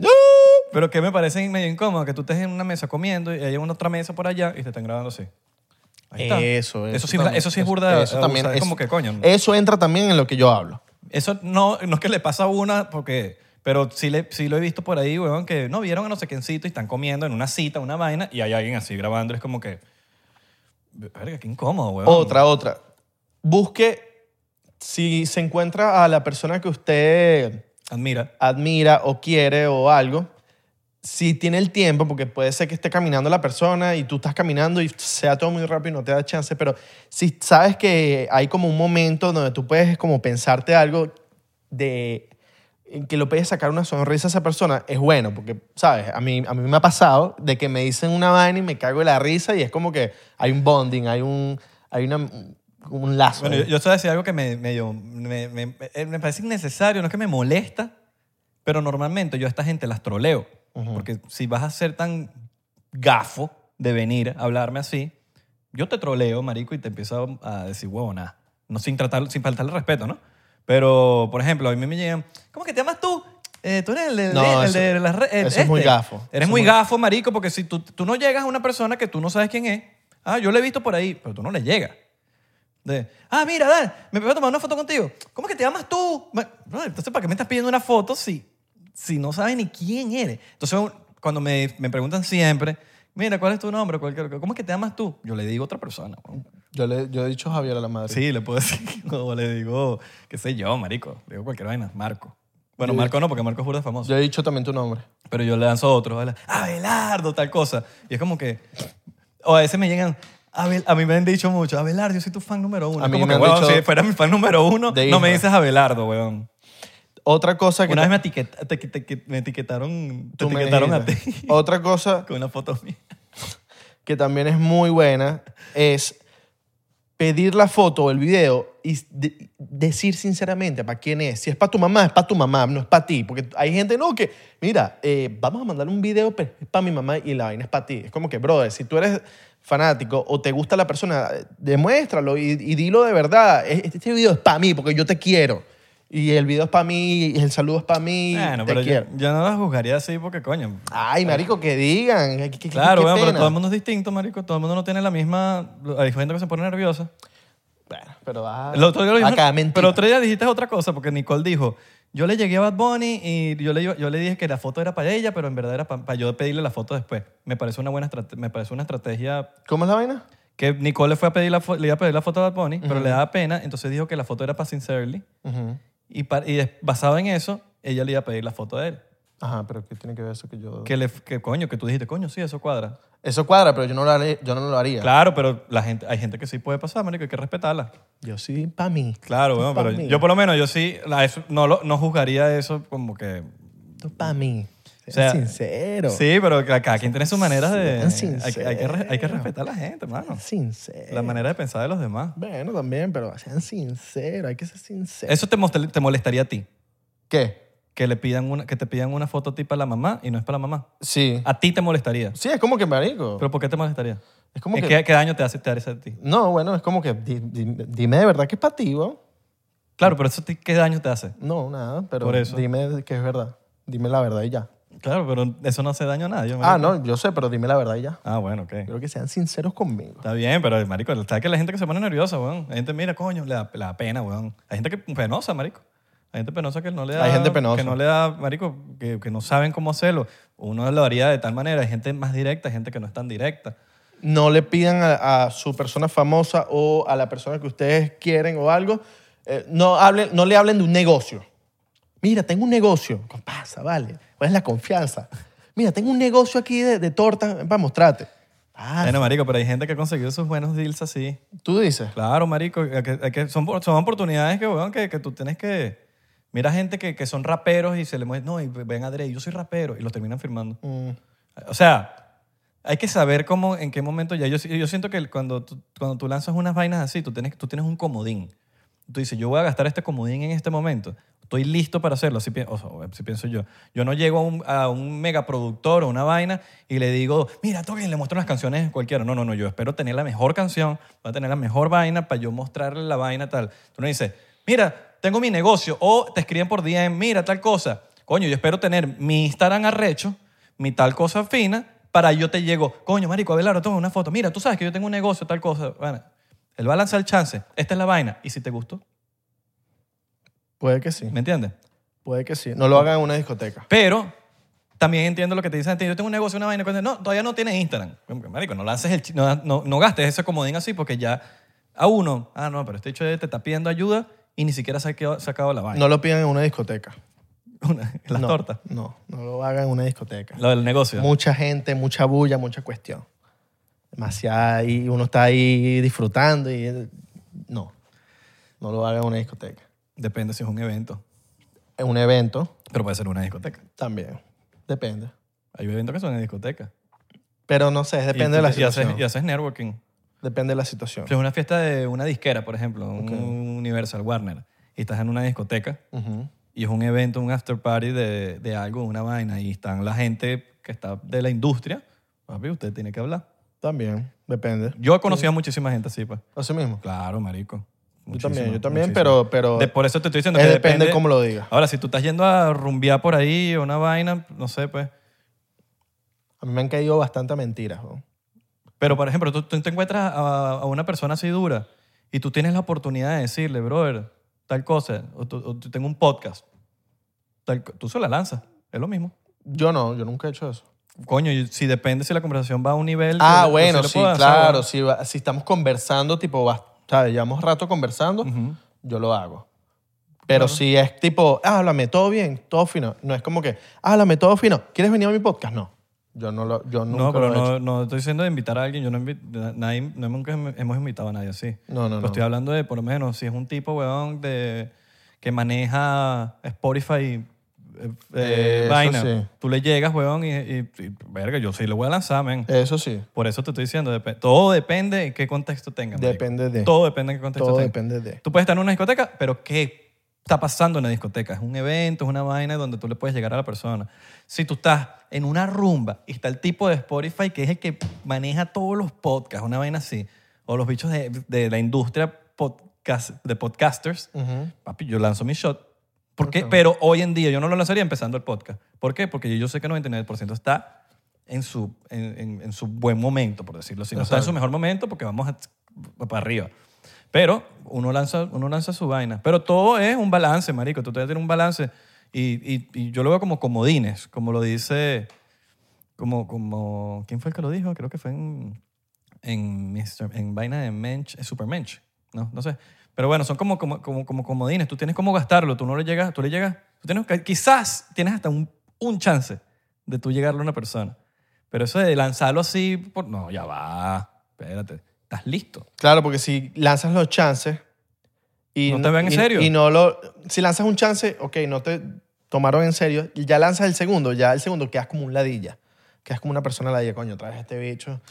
B: Pero ¿qué me parece medio incómodo? Que tú estés en una mesa comiendo y hay una otra mesa por allá y te están grabando así. Ahí está.
A: Eso,
B: Eso,
A: eso.
B: sí, es la-
A: también,
B: eso sí es burda.
A: Eso también. eh,
B: abusa. Es
A: eso-
B: como que coño. ¿no?
A: Eso entra también en lo que yo hablo.
B: Eso no, no es que le pasa a una porque... Pero sí, le, sí lo he visto por ahí, weón, que no vieron a no sé quiéncito y están comiendo en una cita, una vaina, y hay alguien así grabando. Es como que... Verga, qué incómodo, weón.
A: Otra, otra. Busque si se encuentra a la persona que usted
B: Admira.
A: admira o quiere o algo, si tiene el tiempo, porque puede ser que esté caminando la persona y tú estás caminando y sea todo muy rápido y no te da chance, pero si sabes que hay como un momento donde tú puedes como pensarte algo de en que lo puedes sacar una sonrisa a esa persona, es bueno, porque, ¿sabes? A mí, a mí me ha pasado de que me dicen una vaina y me cago de la risa y es como que hay un bonding, hay un, hay una- un lazo.
B: Bueno,
A: ahí.
B: yo, yo te voy a decir algo que me, medio- me, me- me- me parece innecesario, no es que me molesta, pero normalmente yo a esta gente las troleo.
A: Ujú.
B: Porque si vas a ser tan gafo de venir a hablarme así, yo te troleo, marico, y te empiezo a decir huevona. No sin, tratar, sin faltarle respeto, ¿no? Pero, por ejemplo, a mí me llegan, ¿cómo que te llamas tú? Eh, tú eres el de,
A: No,
B: el
A: eso-
B: de las redes.
A: eso es muy gafo. Eso
B: Eres
A: es
B: muy
A: muy-
B: gafo, marico, porque si tú, tú no llegas a una persona que tú no sabes quién es, ah, yo la he visto por ahí, pero tú no le llegas. De, ah, mira, Dan, me voy a tomar una foto contigo. ¿Cómo que te llamas tú? Ma- bro, entonces, ¿para qué me estás pidiendo una foto si, si no sabes ni quién eres? Entonces, un- cuando me, me preguntan siempre, mira, ¿cuál es tu nombre? ¿Cuál- cuál- ¿Cómo es que te llamas tú? Yo le digo a otra persona. bro.
A: Yo le, yo he dicho Javier a la madre.
B: Sí, le puedo decir, o le digo, qué sé yo, marico. Le digo cualquier vaina, Marco. Bueno,
A: Yo-
B: Marco no, porque Marco es burda famoso.
A: Yo he dicho también tu nombre.
B: Pero yo le lanzo otro, ¿vale? Abelardo, tal cosa. Y es como que. O a veces me llegan. "Abel-" a mí me han dicho mucho, Abelardo, yo soy tu fan número uno.
A: A
B: Es
A: mí
B: como
A: me
B: que,
A: han
B: "Weón,
A: dicho-
B: si fuera mi fan número uno,
A: De
B: no me
A: Isma.
B: dices Abelardo, weón.
A: Otra cosa que
B: Una vez me, etiqueta- te- te- te- me etiquetaron, te
A: Tú me
B: etiquetaron a
A: dijiste.
B: ti
A: Otra cosa
B: con una foto mía.
A: que también es muy buena es pedir la foto o el video y de- decir sinceramente para quién es. Si es para tu mamá, es para tu mamá, no es para ti. Porque hay gente, no, que, mira, eh, vamos a mandar un video, pero es para mi mamá y la vaina es para ti. Es como que, brother, si tú eres fanático o te gusta la persona, eh, demuéstralo y, y dilo de verdad. E- Este video es para mí porque yo te quiero. Y el video es para mí, y el saludo es para mí,
B: Bueno,
A: te
B: pero yo,
A: quiero.
B: yo no las juzgaría así porque, coño.
A: Ay, marico, que digan. Qué- qué- qué-
B: Eh. Claro,
A: qué
B: weón, pero
A: pena.
B: todo el mundo es distinto, marico. Todo el mundo no tiene la misma. Hay gente que se pone nerviosa.
A: Bueno, pero vas
B: El otro día lo dijiste-
A: acá, mentira.
B: pero el otro día dijiste otra cosa, porque Nicole dijo, yo le llegué a Bad Bunny y yo le, yo le dije que la foto era para ella, pero en verdad era para, yo pedirle la foto después. Me parece una buena estrate- me parece una estrategia
A: ¿Cómo es la vaina?
B: que Nicole le fue a pedir la, fo- le iba a pedir la foto a Bad Bunny, pero le daba pena, entonces dijo que la foto era para Sincerely y, pa- y des- basado en eso, ella le iba a pedir la foto de él.
A: Ajá, pero ¿qué tiene que ver eso que yo...?
B: Que, le, que coño, que tú dijiste, coño, sí, eso cuadra.
A: Eso cuadra, pero yo no lo haría. Yo, no lo haría.
B: Claro, pero la gente, hay gente que sí puede pasar, marico, hay que respetarla.
A: yo sí, para mí.
B: Claro,
A: Tú
B: bueno,
A: pa'
B: pero
A: mí.
B: yo por lo menos, yo sí, la- eso- no, lo- no juzgaría eso como que
A: Tú para mí.
B: O
A: Sean
B: sea,
A: sincero.
B: Sí, pero ca- cada quien tiene sus maneras de...
A: Sean
B: Hay, que- hay que, re- hay que
A: sinceros.
B: respetar a la gente, hermano.
A: Sincero.
B: La manera de pensar de los demás.
A: Bueno, también, pero sean sinceros. Hay que ser sinceros.
B: Eso te, mostel- te molestaría a ti,
A: ¿Qué?
B: que, le pidan una, que te pidan una foto a ti para la mamá y no es para la mamá.
A: Sí.
B: A ti te molestaría.
A: Sí, es como que marico.
B: Ah. ¿Pero por qué te molestaría?
A: es como
B: ¿En
A: que...
B: ¿Qué, qué daño te hace, te hace a ti?
A: No, bueno, es como que... di- di- dime de verdad que es para ti, weón.
B: Claro, pero eso a ti, ¿qué daño te hace?
A: No, nada, pero
B: Por eso.
A: dime que es verdad. Dime la verdad y ya.
B: Claro, pero eso no hace daño a nadie.
A: Ah,
B: marico.
A: no, yo sé, pero dime la verdad y ya.
B: Ah, bueno, ok.
A: Quiero que sean sinceros conmigo.
B: Está bien, pero marico, ¿sabes que la gente que se pone nerviosa, weón? La gente, mira, coño, le da, le da pena, weón. Hay gente que penosa, marico. Hay gente penosa que no le da.
A: Hay gente penosa.
B: Que no le da, marico, que, que no saben cómo hacerlo. Uno lo haría de tal manera. Hay gente más directa, hay gente que no es tan directa.
A: no le pidan a, a su persona famosa o a la persona que ustedes quieren o algo, eh, no, hablen, no le hablen de un negocio. Mira, tengo un negocio. ¿Qué pasa? Vale. ¿Cuál es la confianza? Mira, tengo un negocio aquí de, de tortas. Ven para mostrarte. Ah,
B: Bueno, marico, pero hay gente que ha conseguido sus buenos deals así.
A: tú dices.
B: Claro, marico. hay que- hay que- son, son oportunidades que, weón, que, que tú tienes que... Mira gente que, que son raperos y se le mueve, no, y ven a Dre, yo soy rapero, y lo terminan firmando.
A: Mm,
B: O sea, hay que saber cómo, en qué momento ya. Yo, yo siento que el- cuando tú, cuando tú lanzas unas vainas así, tú tienes, tú tienes un comodín. Tú dices, yo voy a gastar este comodín en este momento. Estoy listo para hacerlo, así, pi- o sea, así pienso yo. Yo no llego a un, a un megaproductor o una vaina y le digo, mira, todo bien, le muestro las canciones cualquiera. No, no, no, yo espero tener la mejor canción, voy a tener la mejor vaina para yo mostrarle la vaina tal. Tú no dices, mira, tengo mi negocio o te escriben por DM, mira, tal cosa. Coño, yo espero tener mi Instagram arrecho mi tal cosa fina, para yo te llego, coño, marico, Abelardo, toma una foto. Mira, tú sabes que yo tengo un negocio, tal cosa. Bueno, él va a lanzar el chance. Esta es la vaina. ¿Y si te gustó?
A: puede que sí.
B: ¿Me entiendes?
A: Puede que sí. No lo hagan en una discoteca.
B: Pero también entiendo lo que te dicen a ti. Yo tengo un negocio, una vaina. cosa. No, todavía no tienes Instagram. Marico, no lances el... chi- No, no, no gastes ese comodín así porque ya a uno... Ah, no, pero este hecho te está pidiendo ayuda y ni siquiera se ha quedado- sacado la vaina.
A: No lo pidan en una discoteca.
B: Una- las
A: no,
B: tortas.
A: No, no lo hagan en una discoteca.
B: Lo del negocio.
A: Mucha gente, mucha bulla, mucha cuestión. Demasiada. Y uno está ahí disfrutando y. él- No. No lo hagan en una discoteca.
B: Depende si es un evento.
A: En un evento
B: Pero puede ser una discoteca.
A: también. Depende.
B: Hay eventos que son en discoteca.
A: Pero no sé,
B: Y tú-
A: depende de la
B: y haces-
A: situación.
B: y haces networking.
A: Depende de la situación.
B: Si es una fiesta de una disquera, por ejemplo, un
A: Ok.
B: Universal Warner, y estás en una discoteca
A: Ujú.
B: y es un evento, un after party de, de algo, una vaina, y están la gente que está de la industria, papi, usted tiene que hablar.
A: También, depende.
B: Yo he conocido a muchísima gente así, pues.
A: Así mismo.
B: Claro, marico.
A: Yo
B: Muchísima,
A: también, yo también,
B: muchísima.
A: pero, pero
B: De- por eso te estoy
A: es
B: diciendo que
A: depende, cómo lo digas.
B: Ahora, si tú estás yendo a rumbear por ahí o una vaina, no sé, pues.
A: A mí me han caído bastante mentiras. ¿no?
B: Pero, por ejemplo, tú, tú te encuentras a, a una persona así dura y tú tienes la oportunidad de decirle, brother, tal cosa, o, tú- o tú tengo un podcast, tal co- tú se la lanzas, es lo mismo.
A: Yo no, yo nunca he hecho eso.
B: Coño, y si depende si la conversación va a un nivel...
A: Ah,
B: yo- yo
A: bueno,
B: le
A: sí,
B: puedo lanzar,
A: claro.
B: bueno.
A: Si, va- si estamos conversando, tipo, va- ¿sabes? llevamos rato conversando,
B: Ujú.
A: yo lo hago. Pero si es tipo, "Ah, háblame, todo bien, todo fino. No es como que, háblame, todo fino. ¿Quieres venir a mi podcast? No. Yo, no lo, yo nunca
B: No, pero
A: lo he hecho.
B: no, no estoy diciendo de invitar a alguien, yo no invi- nadie, no nunca hem- hemos invitado a nadie así.
A: No, no,
B: Pero
A: no.
B: Pues estoy hablando de, por lo menos, si es un tipo, weón, de, que maneja Spotify, eh, eh,
A: Eso
B: vaina.
A: sí.
B: Tú le llegas, weón, y, y- y, verga, yo sí le voy a lanzar, men.
A: Eso sí,
B: Por eso te estoy diciendo, dep- todo depende en qué contexto tenga. marico.
A: depende de.
B: Todo depende en qué contexto
A: todo
B: tenga.
A: depende de.
B: Tú puedes estar en una discoteca, pero ¿qué está pasando en la discoteca? Es un evento, es una vaina donde tú le puedes llegar a la persona. Si tú estás en una rumba y está el tipo de Spotify que es el que maneja todos los podcasts, una vaina así, o los bichos de, de la industria podcast, de podcasters,
A: Ujú.
B: papi, yo lanzo mi shot. ¿Por qué? Pero hoy en día yo no lo lanzaría empezando el podcast. ¿Por qué? Porque yo sé que 99% está en su, en, en- en su buen momento, por decirlo así. No está en su mejor momento porque vamos a- para arriba. Pero uno lanza, uno lanza su vaina. Pero todo es un balance, marico. Tú tienes que tener un balance. Y, y- y yo lo veo como comodines, como lo dice... Como, como, ¿Quién fue el que lo dijo? Creo que fue en, en, Mr., en vaina de Mensch, eh, Super Mensch. No, no sé. Pero bueno, son como, como, como, como comodines. Tú tienes cómo gastarlo. Tú no le llegas, tú le llegas. Tú tienes, que- quizás tienes hasta un, un chance de tú llegarle a una persona. Pero eso de lanzarlo así, por, no, ya va. Espérate. Estás listo.
A: Claro, porque si lanzas los chances y
B: No te ven en
A: y-
B: serio.
A: Y no lo, si lanzas un chance, ok, no te tomaron en serio, y ya lanzas el segundo, ya el segundo quedas como un ladilla, quedas como una persona ladilla, coño, traes este bicho.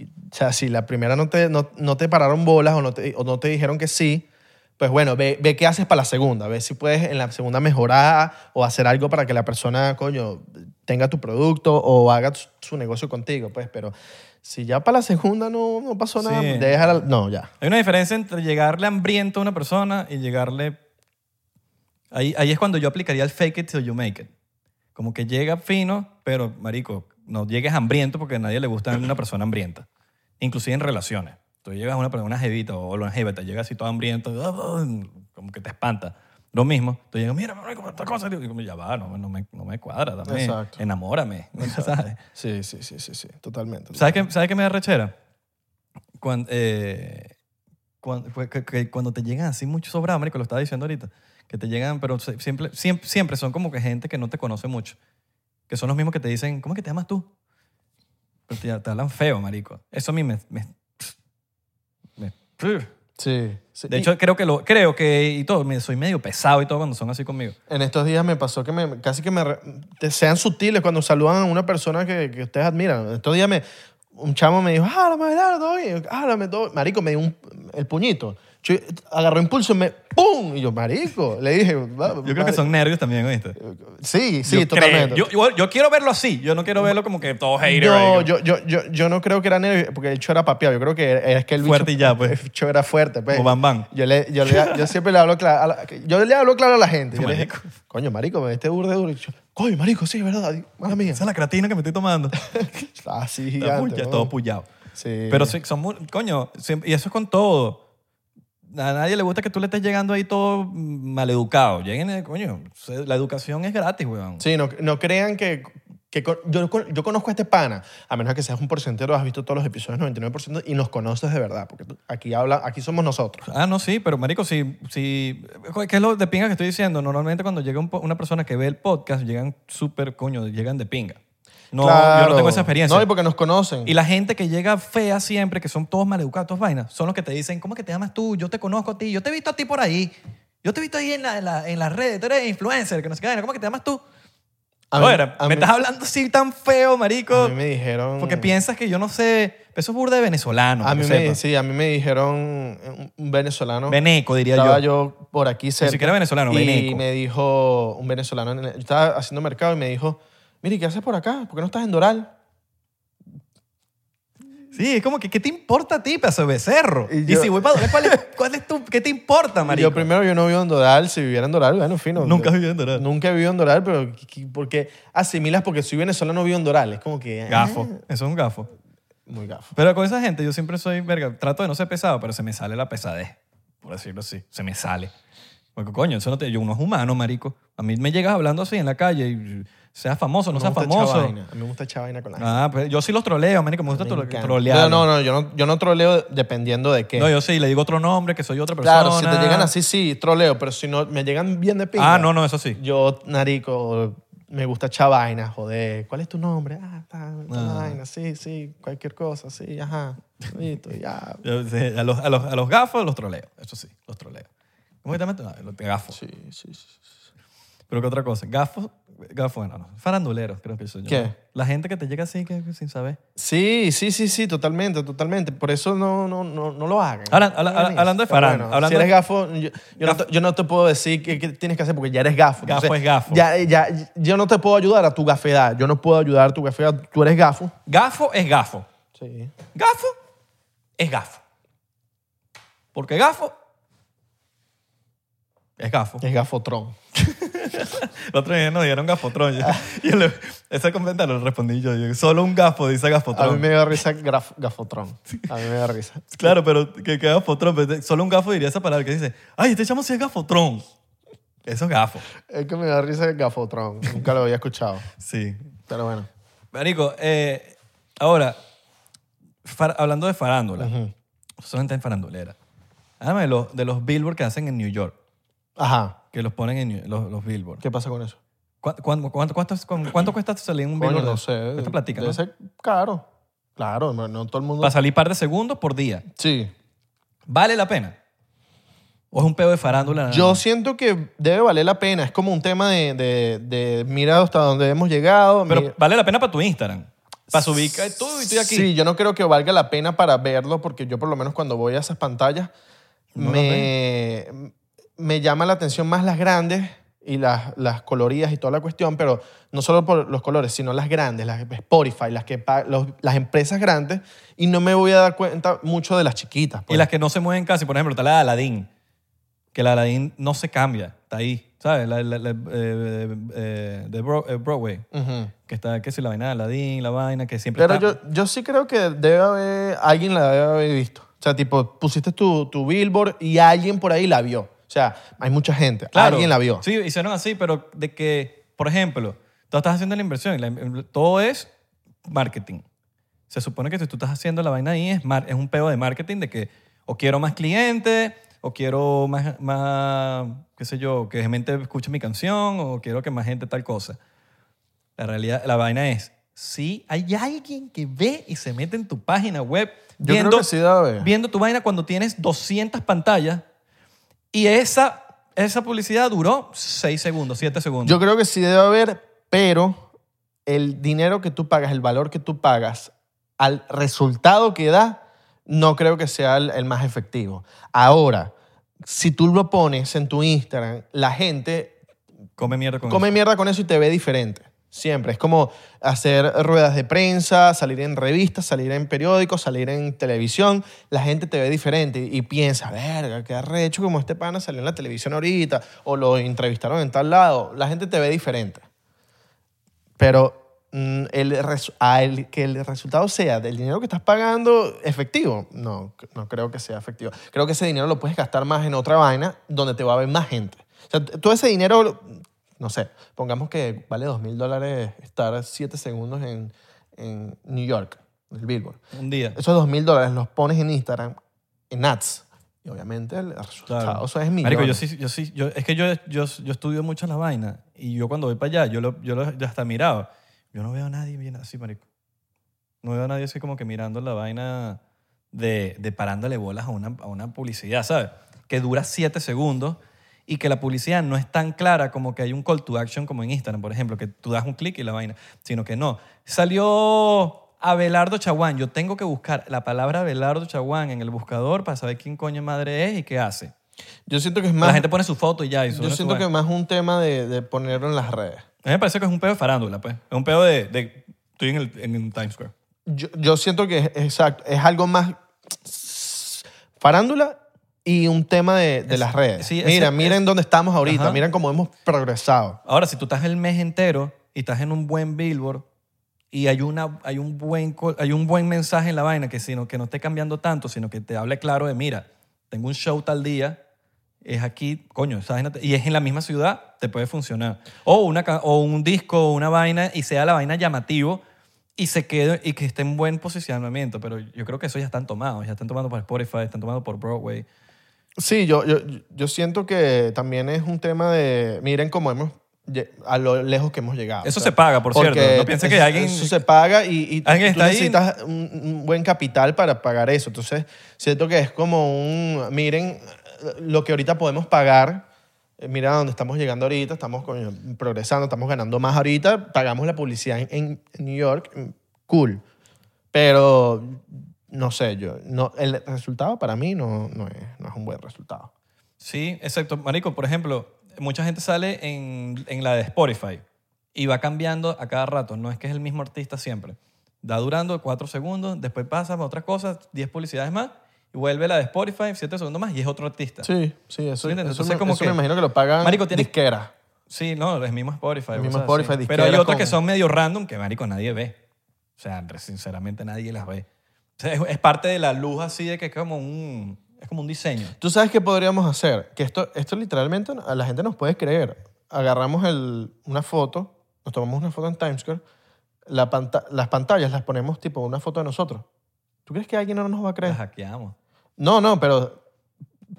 A: O sea, si la primera no te, no, no te pararon bolas o no te, o no te dijeron que sí, pues bueno, ve, ve qué haces para la segunda, ve si puedes en la segunda mejorar o hacer algo para que la persona, coño, tenga tu producto o haga su, su negocio contigo, pues, pero si ya para la segunda no, no pasó nada,
B: Sí.
A: déjala, no, ya.
B: Hay una diferencia entre llegarle hambriento a una persona y llegarle... Ahí, ahí es cuando yo aplicaría el fake it till you make it. Como que llega fino, pero, marico, no llegues hambriento porque a nadie le gusta una persona hambrienta. Inclusive en relaciones. Tú llegas a una, persona- una jevita o una jevita, llegas así toda hambrienta, como que te espanta. Lo mismo. Entonces llego, mira, marico, esta cosa. Y digo, ya va, no, no me, no me cuadra. Dame,
A: Exacto.
B: Enamórame. ¿Sabes?
A: Sí, sí, sí, sí, sí, totalmente.
B: ¿Sabes qué, ¿Sabes qué me da rechera? eh, Cuando, cuando, cuando te llegan así muchos sobrados, marico, lo estaba diciendo ahorita, que te llegan, pero se- siempre, siempre, siempre son como que gente que no te conoce mucho, que son los mismos que te dicen, ¿cómo es que te llamas tú? Pero te, te hablan feo, marico. Eso a mí me... me- me-
A: Sí. sí.
B: de
A: Y
B: hecho, creo que, lo, creo que y todo, me- soy medio pesado y todo cuando son así conmigo.
A: en estos días me pasó que me, casi que me... re- te- sean sutiles cuando saludan a una persona que, que ustedes admiran. En estos días me, un chamo me dijo, háblame, Abelardo, oye, háblame todo. Marico, me dio un- el puñito. Yo agarró impulso y me... ¡Pum! Y yo, marico, le dije...
B: Yo creo que son nervios también, ¿oíste?
A: Sí, sí,
B: yo creo.
A: totalmente.
B: Yo, yo- yo quiero verlo así. Yo no quiero verlo como que todo hater.
A: No,
B: marico.
A: yo, yo, yo, yo no creo que era nervio, porque el bicho era papeado. Yo creo que era- es que el bicho-
B: Fuerte y ya, pues.
A: El bicho era fuerte, pues.
B: Como Bam Bam.
A: Yo, le, yo, le- yo siempre le hablo claro a la, yo le hablo claro a la gente. Yo le dije,
B: Marico.
A: coño, marico, me este burde duro. Y yo, coño, marico, sí, es verdad. Mala mía.
B: Esa es la creatina que me estoy tomando.
A: Está así
B: Está
A: gigante.
B: puya-
A: ¿no?
B: todo pullado.
A: Sí.
B: Pero sí, son muy, coño, siempre- y eso es con todo. A nadie le gusta que tú le estés llegando ahí todo mm, maleducado. Lleguen, eh, coño, se- la educación es gratis, weón.
A: Sí, no, no crean que... que con- yo, con- yo conozco a este pana, a menos que seas un porcentero, has visto todos los episodios 99% y nos conoces de verdad, porque tú- aquí, habla, aquí somos nosotros.
B: Ah, no, sí, pero marico, si, si, ¿qué es lo de pinga que estoy diciendo? Normalmente cuando llega un po- una persona que ve el podcast, llegan súper, coño, llegan de pinga. No, yo
A: Claro.
B: no tengo esa experiencia.
A: No, y porque nos conocen.
B: Y la gente que llega fea siempre, que son todos maleducados, todas vainas, son los que te dicen, ¿cómo es que te llamas tú? Yo te conozco a ti, yo te he visto a ti por ahí, yo te he visto ahí en, la, en, la- en las redes, tú eres influencer, que no sé qué, vaina, ¿cómo es que te llamas tú?
A: A mí-
B: Joder,
A: a
B: me
A: mí-
B: estás hablando así tan feo,
A: a
B: marico,
A: mí me dijeron...
B: porque piensas que yo no sé, eso es burda de venezolano,
A: A mí, me,
B: me
A: sí, a mí me dijeron un- un venezolano.
B: Veneco, diría
A: estaba
B: yo.
A: yo. por aquí cerca.
B: siquiera venezolano,
A: Y
B: veneco.
A: me dijo un venezolano. en el- Yo estaba haciendo mercado y me dijo, mire, ¿qué haces por acá? ¿Por qué no estás en Doral?
B: Sí, es como que, ¿qué te importa a ti, pedazo de becerro?
A: Y
B: Y,
A: yo-
B: si voy para ¿cuál es, cuál es tu, qué te importa,
A: Y
B: marico?
A: Yo primero, yo no vivo en Doral. Si viviera en Doral, bueno, fino.
B: Nunca
A: Yo-
B: viví en Doral.
A: Nunca he vivido en Doral, pero qu- qu- porque asimilas porque soy venezolano, vivo en Doral. Es como que... ah,
B: Gafo, eso es un gafo.
A: Muy gafo.
B: Pero con esa gente yo siempre soy, verga, trato de no ser pesado, pero se me sale la pesadez, por decirlo así, se me sale. Porque coño, eso no te, yo uno es humano, marico. A mí me llegas hablando así en la calle, y seas famoso, no,
A: Me
B: seas
A: gusta echar
B: famoso.
A: vaina, A mí me gusta echar vaina con la gente.
B: Ah, pero yo sí los troleo, marico, me gusta
A: Me
B: tro-
A: encanta.
B: trolear.
A: No, no, no, yo no, yo no troleo dependiendo de qué.
B: No, yo sí, le digo otro nombre, que soy otra persona.
A: Claro, si te llegan así, sí, troleo, pero si no, me llegan bien de pinga.
B: Ah, no, no, eso sí.
A: Yo, narico, me gusta echar vaina, joder. ¿Cuál es tu nombre? Ah, tal, tal
B: Ah.
A: vaina, sí, sí, cualquier cosa, sí, ajá. Listo, ya.
B: Yo- sí, A los, a los, a los gafos los troleo, eso sí, los troleo. ¿Cómo que te metes? No, los Ah, gafos.
A: Sí, sí, sí.
B: Pero qué otra cosa, gafos, gafos, no, no, faranduleros, creo que soy yo.
A: ¿Qué?
B: La gente que te llega así, que, que sin saber.
A: Sí, sí, sí, sí, totalmente, totalmente. Por eso no, no, no, no lo hagan.
B: Hablan- habla-
A: Hagan eso.
B: hablando de
A: Pero
B: Farán, hablando-
A: si eres gafo, yo, yo no te, yo no te puedo decir qué, qué tienes que hacer porque ya eres gafo.
B: Gafo es gafo.
A: Ya, ya, yo no te puedo ayudar a tu gafedad. Yo no puedo ayudar a tu gafedad. Tú eres gafo.
B: Gafo es gafo.
A: Sí.
B: Gafo es gafo. Porque gafo es gafo.
A: Es gafotrón.
B: El otro día nos dieron gafotrón. Yo, yo le- ese comentario lo respondí yo, yo, Solo un gafo dice
A: A mí
B: gafotrón.
A: me da risa graf- gafotrón. A mí me da risa.
B: Claro, pero que, que gafotrón. pero Solo un gafo diría esa palabra que dice, ay, este chamo sí es gafotrón. Eso es gafo.
A: Es que me da risa el gafotrón. Nunca lo había escuchado.
B: Sí.
A: Pero bueno.
B: Marico, eh, ahora, far- hablando de farándula, son gente farandulera. Háblame de los, de los billboards que hacen en New York,
A: Ajá.
B: que los ponen en New- los, los billboards.
A: ¿Qué pasa con eso?
B: ¿Cuán- cuán- cuánto, cuánto, cuán- cuánto cuesta salir en un
A: Coño,
B: billboard?
A: no sé.
B: Esto platica,
A: Debe
B: ¿no?
A: ser caro. Claro, no, no todo el mundo...
B: Para salir par de segundos por día.
A: Sí.
B: ¿Vale la pena? ¿O es un pedo de farándula? nada
A: Yo
B: más?
A: siento que debe valer la pena. Es como un tema de, de, de mira hasta dónde hemos llegado.
B: Pero
A: mira-
B: vale la pena para tu Instagram. Para subir que tú y estoy aquí.
A: Sí, yo no creo que valga la pena para verlo porque yo por lo menos cuando voy a esas pantallas
B: No las
A: me, me llama la atención más las grandes y las, las coloridas y toda la cuestión, pero no solo por los colores, sino las grandes, las Spotify, las, que, pa- los- las empresas grandes y no me voy a dar cuenta mucho de las chiquitas.
B: Y
A: pues.
B: las que no se mueven casi. Por ejemplo, está la de Aladdin. Que la de Aladdin no se cambia. Está ahí. ¿Sabes? La, la- la- eh, eh, de Bro- eh, Broadway.
A: Ujú.
B: Que está, que si la vaina de Aladdin, la vaina, que siempre
A: Pero
B: está-
A: yo, yo sí creo que debe haber, alguien la debe haber visto. O sea, tipo, pusiste tu, tu billboard y alguien por ahí la vio. O sea, hay mucha gente.
B: Claro.
A: Alguien la vio.
B: Sí, hicieron así, pero de que, por ejemplo, tú estás haciendo la inversión y la- todo es marketing. Se supone que si tú estás haciendo la vaina ahí es, mar- es un peo de marketing de que o quiero más clientes, o quiero más, más, qué sé yo, que gente escuche mi canción, o quiero que más gente tal cosa. La realidad, la vaina es, si hay alguien que ve y se mete en tu página web
C: Yo
B: viendo,
C: creo que sí debe haber.
B: viendo tu vaina cuando tienes 200 pantallas y esa, esa publicidad duró 6 segundos, 7 segundos.
A: Yo creo que sí debe haber, pero el dinero que tú pagas, el valor que tú pagas al resultado que da, no creo que sea el, el más efectivo. Ahora, si tú lo pones en tu Instagram, la gente
B: come mierda con
A: come
B: eso.
A: mierda con eso y te ve diferente. Siempre. Es como hacer ruedas de prensa, salir en revistas, salir en periódicos, salir en televisión. La gente te ve diferente y, y piensa, verga, qué arrecho como este pana salió en la televisión ahorita o lo entrevistaron en tal lado. La gente te ve diferente. Pero mm, el resu- a el- que el resultado sea del dinero que estás pagando efectivo, no, no creo que sea efectivo. Creo que ese dinero lo puedes gastar más en otra vaina donde te va a ver más gente. O sea, t- todo ese dinero, lo- no sé, pongamos que vale dos mil dólares estar siete segundos en, en New York, en el Billboard.
B: Un día.
A: Esos dos mil dólares los pones en Instagram, en ads. Y obviamente el resultado
B: Claro.
A: o sea, es millones.
B: Marico, yo sí, yo sí, yo, es que yo, yo, yo estudio mucho la vaina y yo cuando voy para allá, yo, lo, yo, lo- yo hasta miraba. Yo no veo a nadie bien así, marico. No veo a nadie así como que mirando la vaina de, de parándole bolas a una, a una publicidad, ¿sabes? Que dura 7 segundos y que la publicidad no es tan clara como que hay un call to action como en Instagram, por ejemplo, que tú das un clic y la vaina, sino que no. Salió Abelardo Chaguán. Yo tengo que buscar la palabra Abelardo Chaguán en el buscador para saber quién coño madre es y qué hace.
A: Yo siento que es
B: La
A: más...
B: gente pone su foto y ya. Y sube
A: Yo
B: su
A: siento que
B: vaina.
A: más un tema de, de ponerlo en las redes.
B: A mí me parece que es un pedo de farándula, pues. Es un pedo de... de- estoy en, el, en el Times Square.
A: Yo, yo siento que es, exacto, es algo más farándula y un tema de, de
B: Es-
A: las redes.
B: sí, es-
A: Mira,
B: es-
A: miren dónde estamos ahorita,
B: Ajá.
A: miren cómo hemos progresado.
B: Ahora, si tú estás el mes entero y estás en un buen billboard y hay, una, hay, un, buen, col- hay un buen mensaje en la vaina que, sino, que no esté cambiando tanto, sino que te hable claro de, mira, tengo un show tal día, es aquí, coño, esa vaina te- y es en la misma ciudad, te puede funcionar. O, una, ca- o un disco o una vaina y sea la vaina llamativo y se quede y que esté en buen posicionamiento. Pero yo creo que eso ya están tomados, ya están tomando por Spotify, están tomando por Broadway.
A: Sí, yo, yo, yo siento que también es un tema de miren cómo hemos lle- a lo lejos que hemos llegado.
B: Eso se paga, por cierto.
A: porque
B: No piense que
A: eso-
B: alguien-
A: Eso se paga y, y
B: Alguien
A: tú
B: está ahí.
A: necesitas un, un buen capital para pagar eso. Entonces, siento que es como un, miren lo que ahorita podemos pagar, eh, mira dónde estamos llegando ahorita, estamos coño, progresando, estamos ganando más ahorita, pagamos la publicidad en, en New York, mm, cool. Pero, no sé, yo, no, el resultado para mí no, no, es, no es un buen resultado.
B: Sí, exacto. Marico, por ejemplo, mucha gente sale en, en la de Spotify y va cambiando a cada rato. No es que es el mismo artista siempre. Da durando cuatro segundos, después pasa a otras cosas, diez publicidades más, y vuelve la de Spotify, siete segundos más, y es otro artista.
A: Sí, sí, eso,
B: Sí, entonces
A: eso, me,
B: como
A: eso
B: que-
A: me imagino que lo pagan
B: Marico, tienes-
A: disquera.
B: Sí, no, es mismo Spotify.
A: El mismo
B: cosas así.
A: Spotify,
B: Pero hay
A: disqueras
B: otras que
A: con-
B: son medio random que, marico, nadie ve. O sea, re- sinceramente nadie las ve. O sea, es, es parte de la luz así de que es como un, es como un diseño.
A: ¿Tú sabes qué podríamos hacer? Que esto, esto literalmente a la gente nos puede creer. Agarramos el- una foto, nos tomamos una foto en Times Square, la panta- las pantallas las ponemos tipo una foto de nosotros. ¿Tú crees que alguien no nos va a creer?
B: Las hackeamos.
A: No, no, pero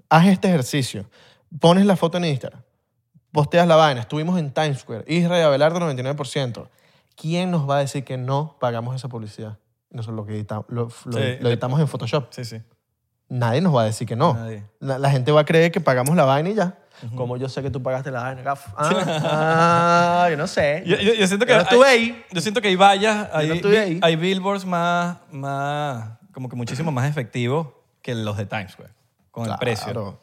A: haz este ejercicio. Pones la foto en Instagram, posteas la vaina, estuvimos en Times Square, Israel Abelardo 99%. ¿Quién nos va a decir que no pagamos esa publicidad? Nosotros lo que editamos, lo, lo-
B: Sí,
A: lo editamos en Photoshop.
B: Sí, sí.
A: Nadie nos va a decir que no.
B: Nadie.
A: La, la gente va a creer que pagamos la vaina y ya.
B: Ujú.
A: Como yo sé que tú pagaste la vaina, gafo. Ah, ah, yo no sé.
B: Yo, yo- yo siento que
A: Yo no estuve ahí.
B: Yo siento que hay vallas, hay,
A: no estuve
B: bi-
A: ahí.
B: hay billboards más, más, como que muchísimo más efectivos que los de Times Square, con el
A: Claro.
B: precio.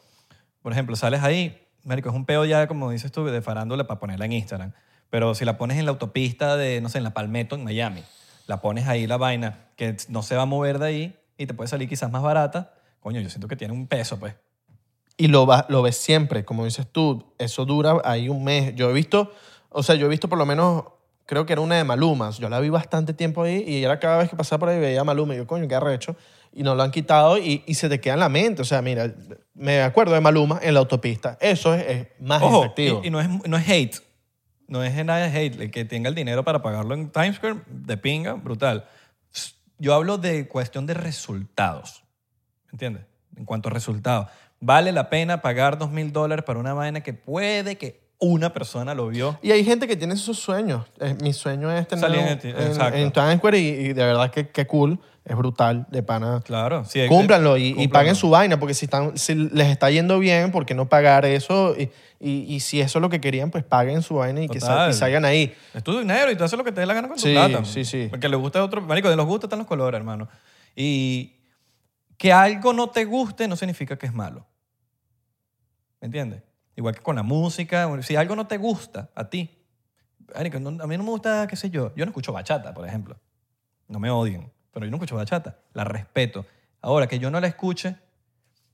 B: Por ejemplo, sales ahí, marico, es un peo ya, como dices tú, de farándula para ponerla en Instagram. Pero si la pones en la autopista de, no sé, en la Palmetto, en Miami, la pones ahí la vaina que no se va a mover de ahí y te puede salir quizás más barata, coño, yo siento que tiene un peso, pues.
A: Y lo, va- lo ves siempre, como dices tú, eso dura ahí un mes. Yo he visto, o sea, yo he visto por lo menos creo que era una de Maluma. Yo la vi bastante tiempo ahí y era cada vez que pasaba por ahí veía a Maluma y yo, coño, qué arrecho. Y nos lo han quitado y, y se te queda en la mente. O sea, mira, me acuerdo de Maluma en la autopista. Eso es, es más
B: Ojo,
A: efectivo.
B: y, y no, es, no es hate. No es nada de hate. El que tenga el dinero para pagarlo en Times Square, de pinga, brutal. Yo hablo de cuestión de resultados. ¿Me entiendes? En cuanto a resultados. ¿Vale la pena pagar dos mil dólares para una vaina que puede que una persona lo vio?
A: Y hay gente que tiene sus sueños. Eh, mi sueño es tener
B: Salir en
A: un-
B: el ti-
A: en,
B: exacto.
A: en Times Square y, y de verdad que, que cool, es brutal, de pana.
B: Claro. Sí,
A: Cúmplanlo y, y
B: cúmplanlo.
A: paguen su vaina, porque si, están, si les está yendo bien, ¿por qué no pagar eso? Y, y- y si eso es lo que querían, pues paguen su vaina y que, sa-
B: Total.
A: y salgan ahí.
B: Es tu dinero y tú haces lo que te dé la gana con tu
A: Sí,
B: plata.
A: sí, sí.
B: Porque le gusta otro. Marico, de los gustos están los colores, hermano. Y que algo no te guste no significa que es malo. ¿Me entiendes? Igual que con la música. Si algo no te gusta a ti. marico, no- a mí no me gusta, qué sé yo. Yo no escucho bachata, por ejemplo. No me odien. Pero yo no escucho bachata. La respeto. Ahora, que yo no la escuche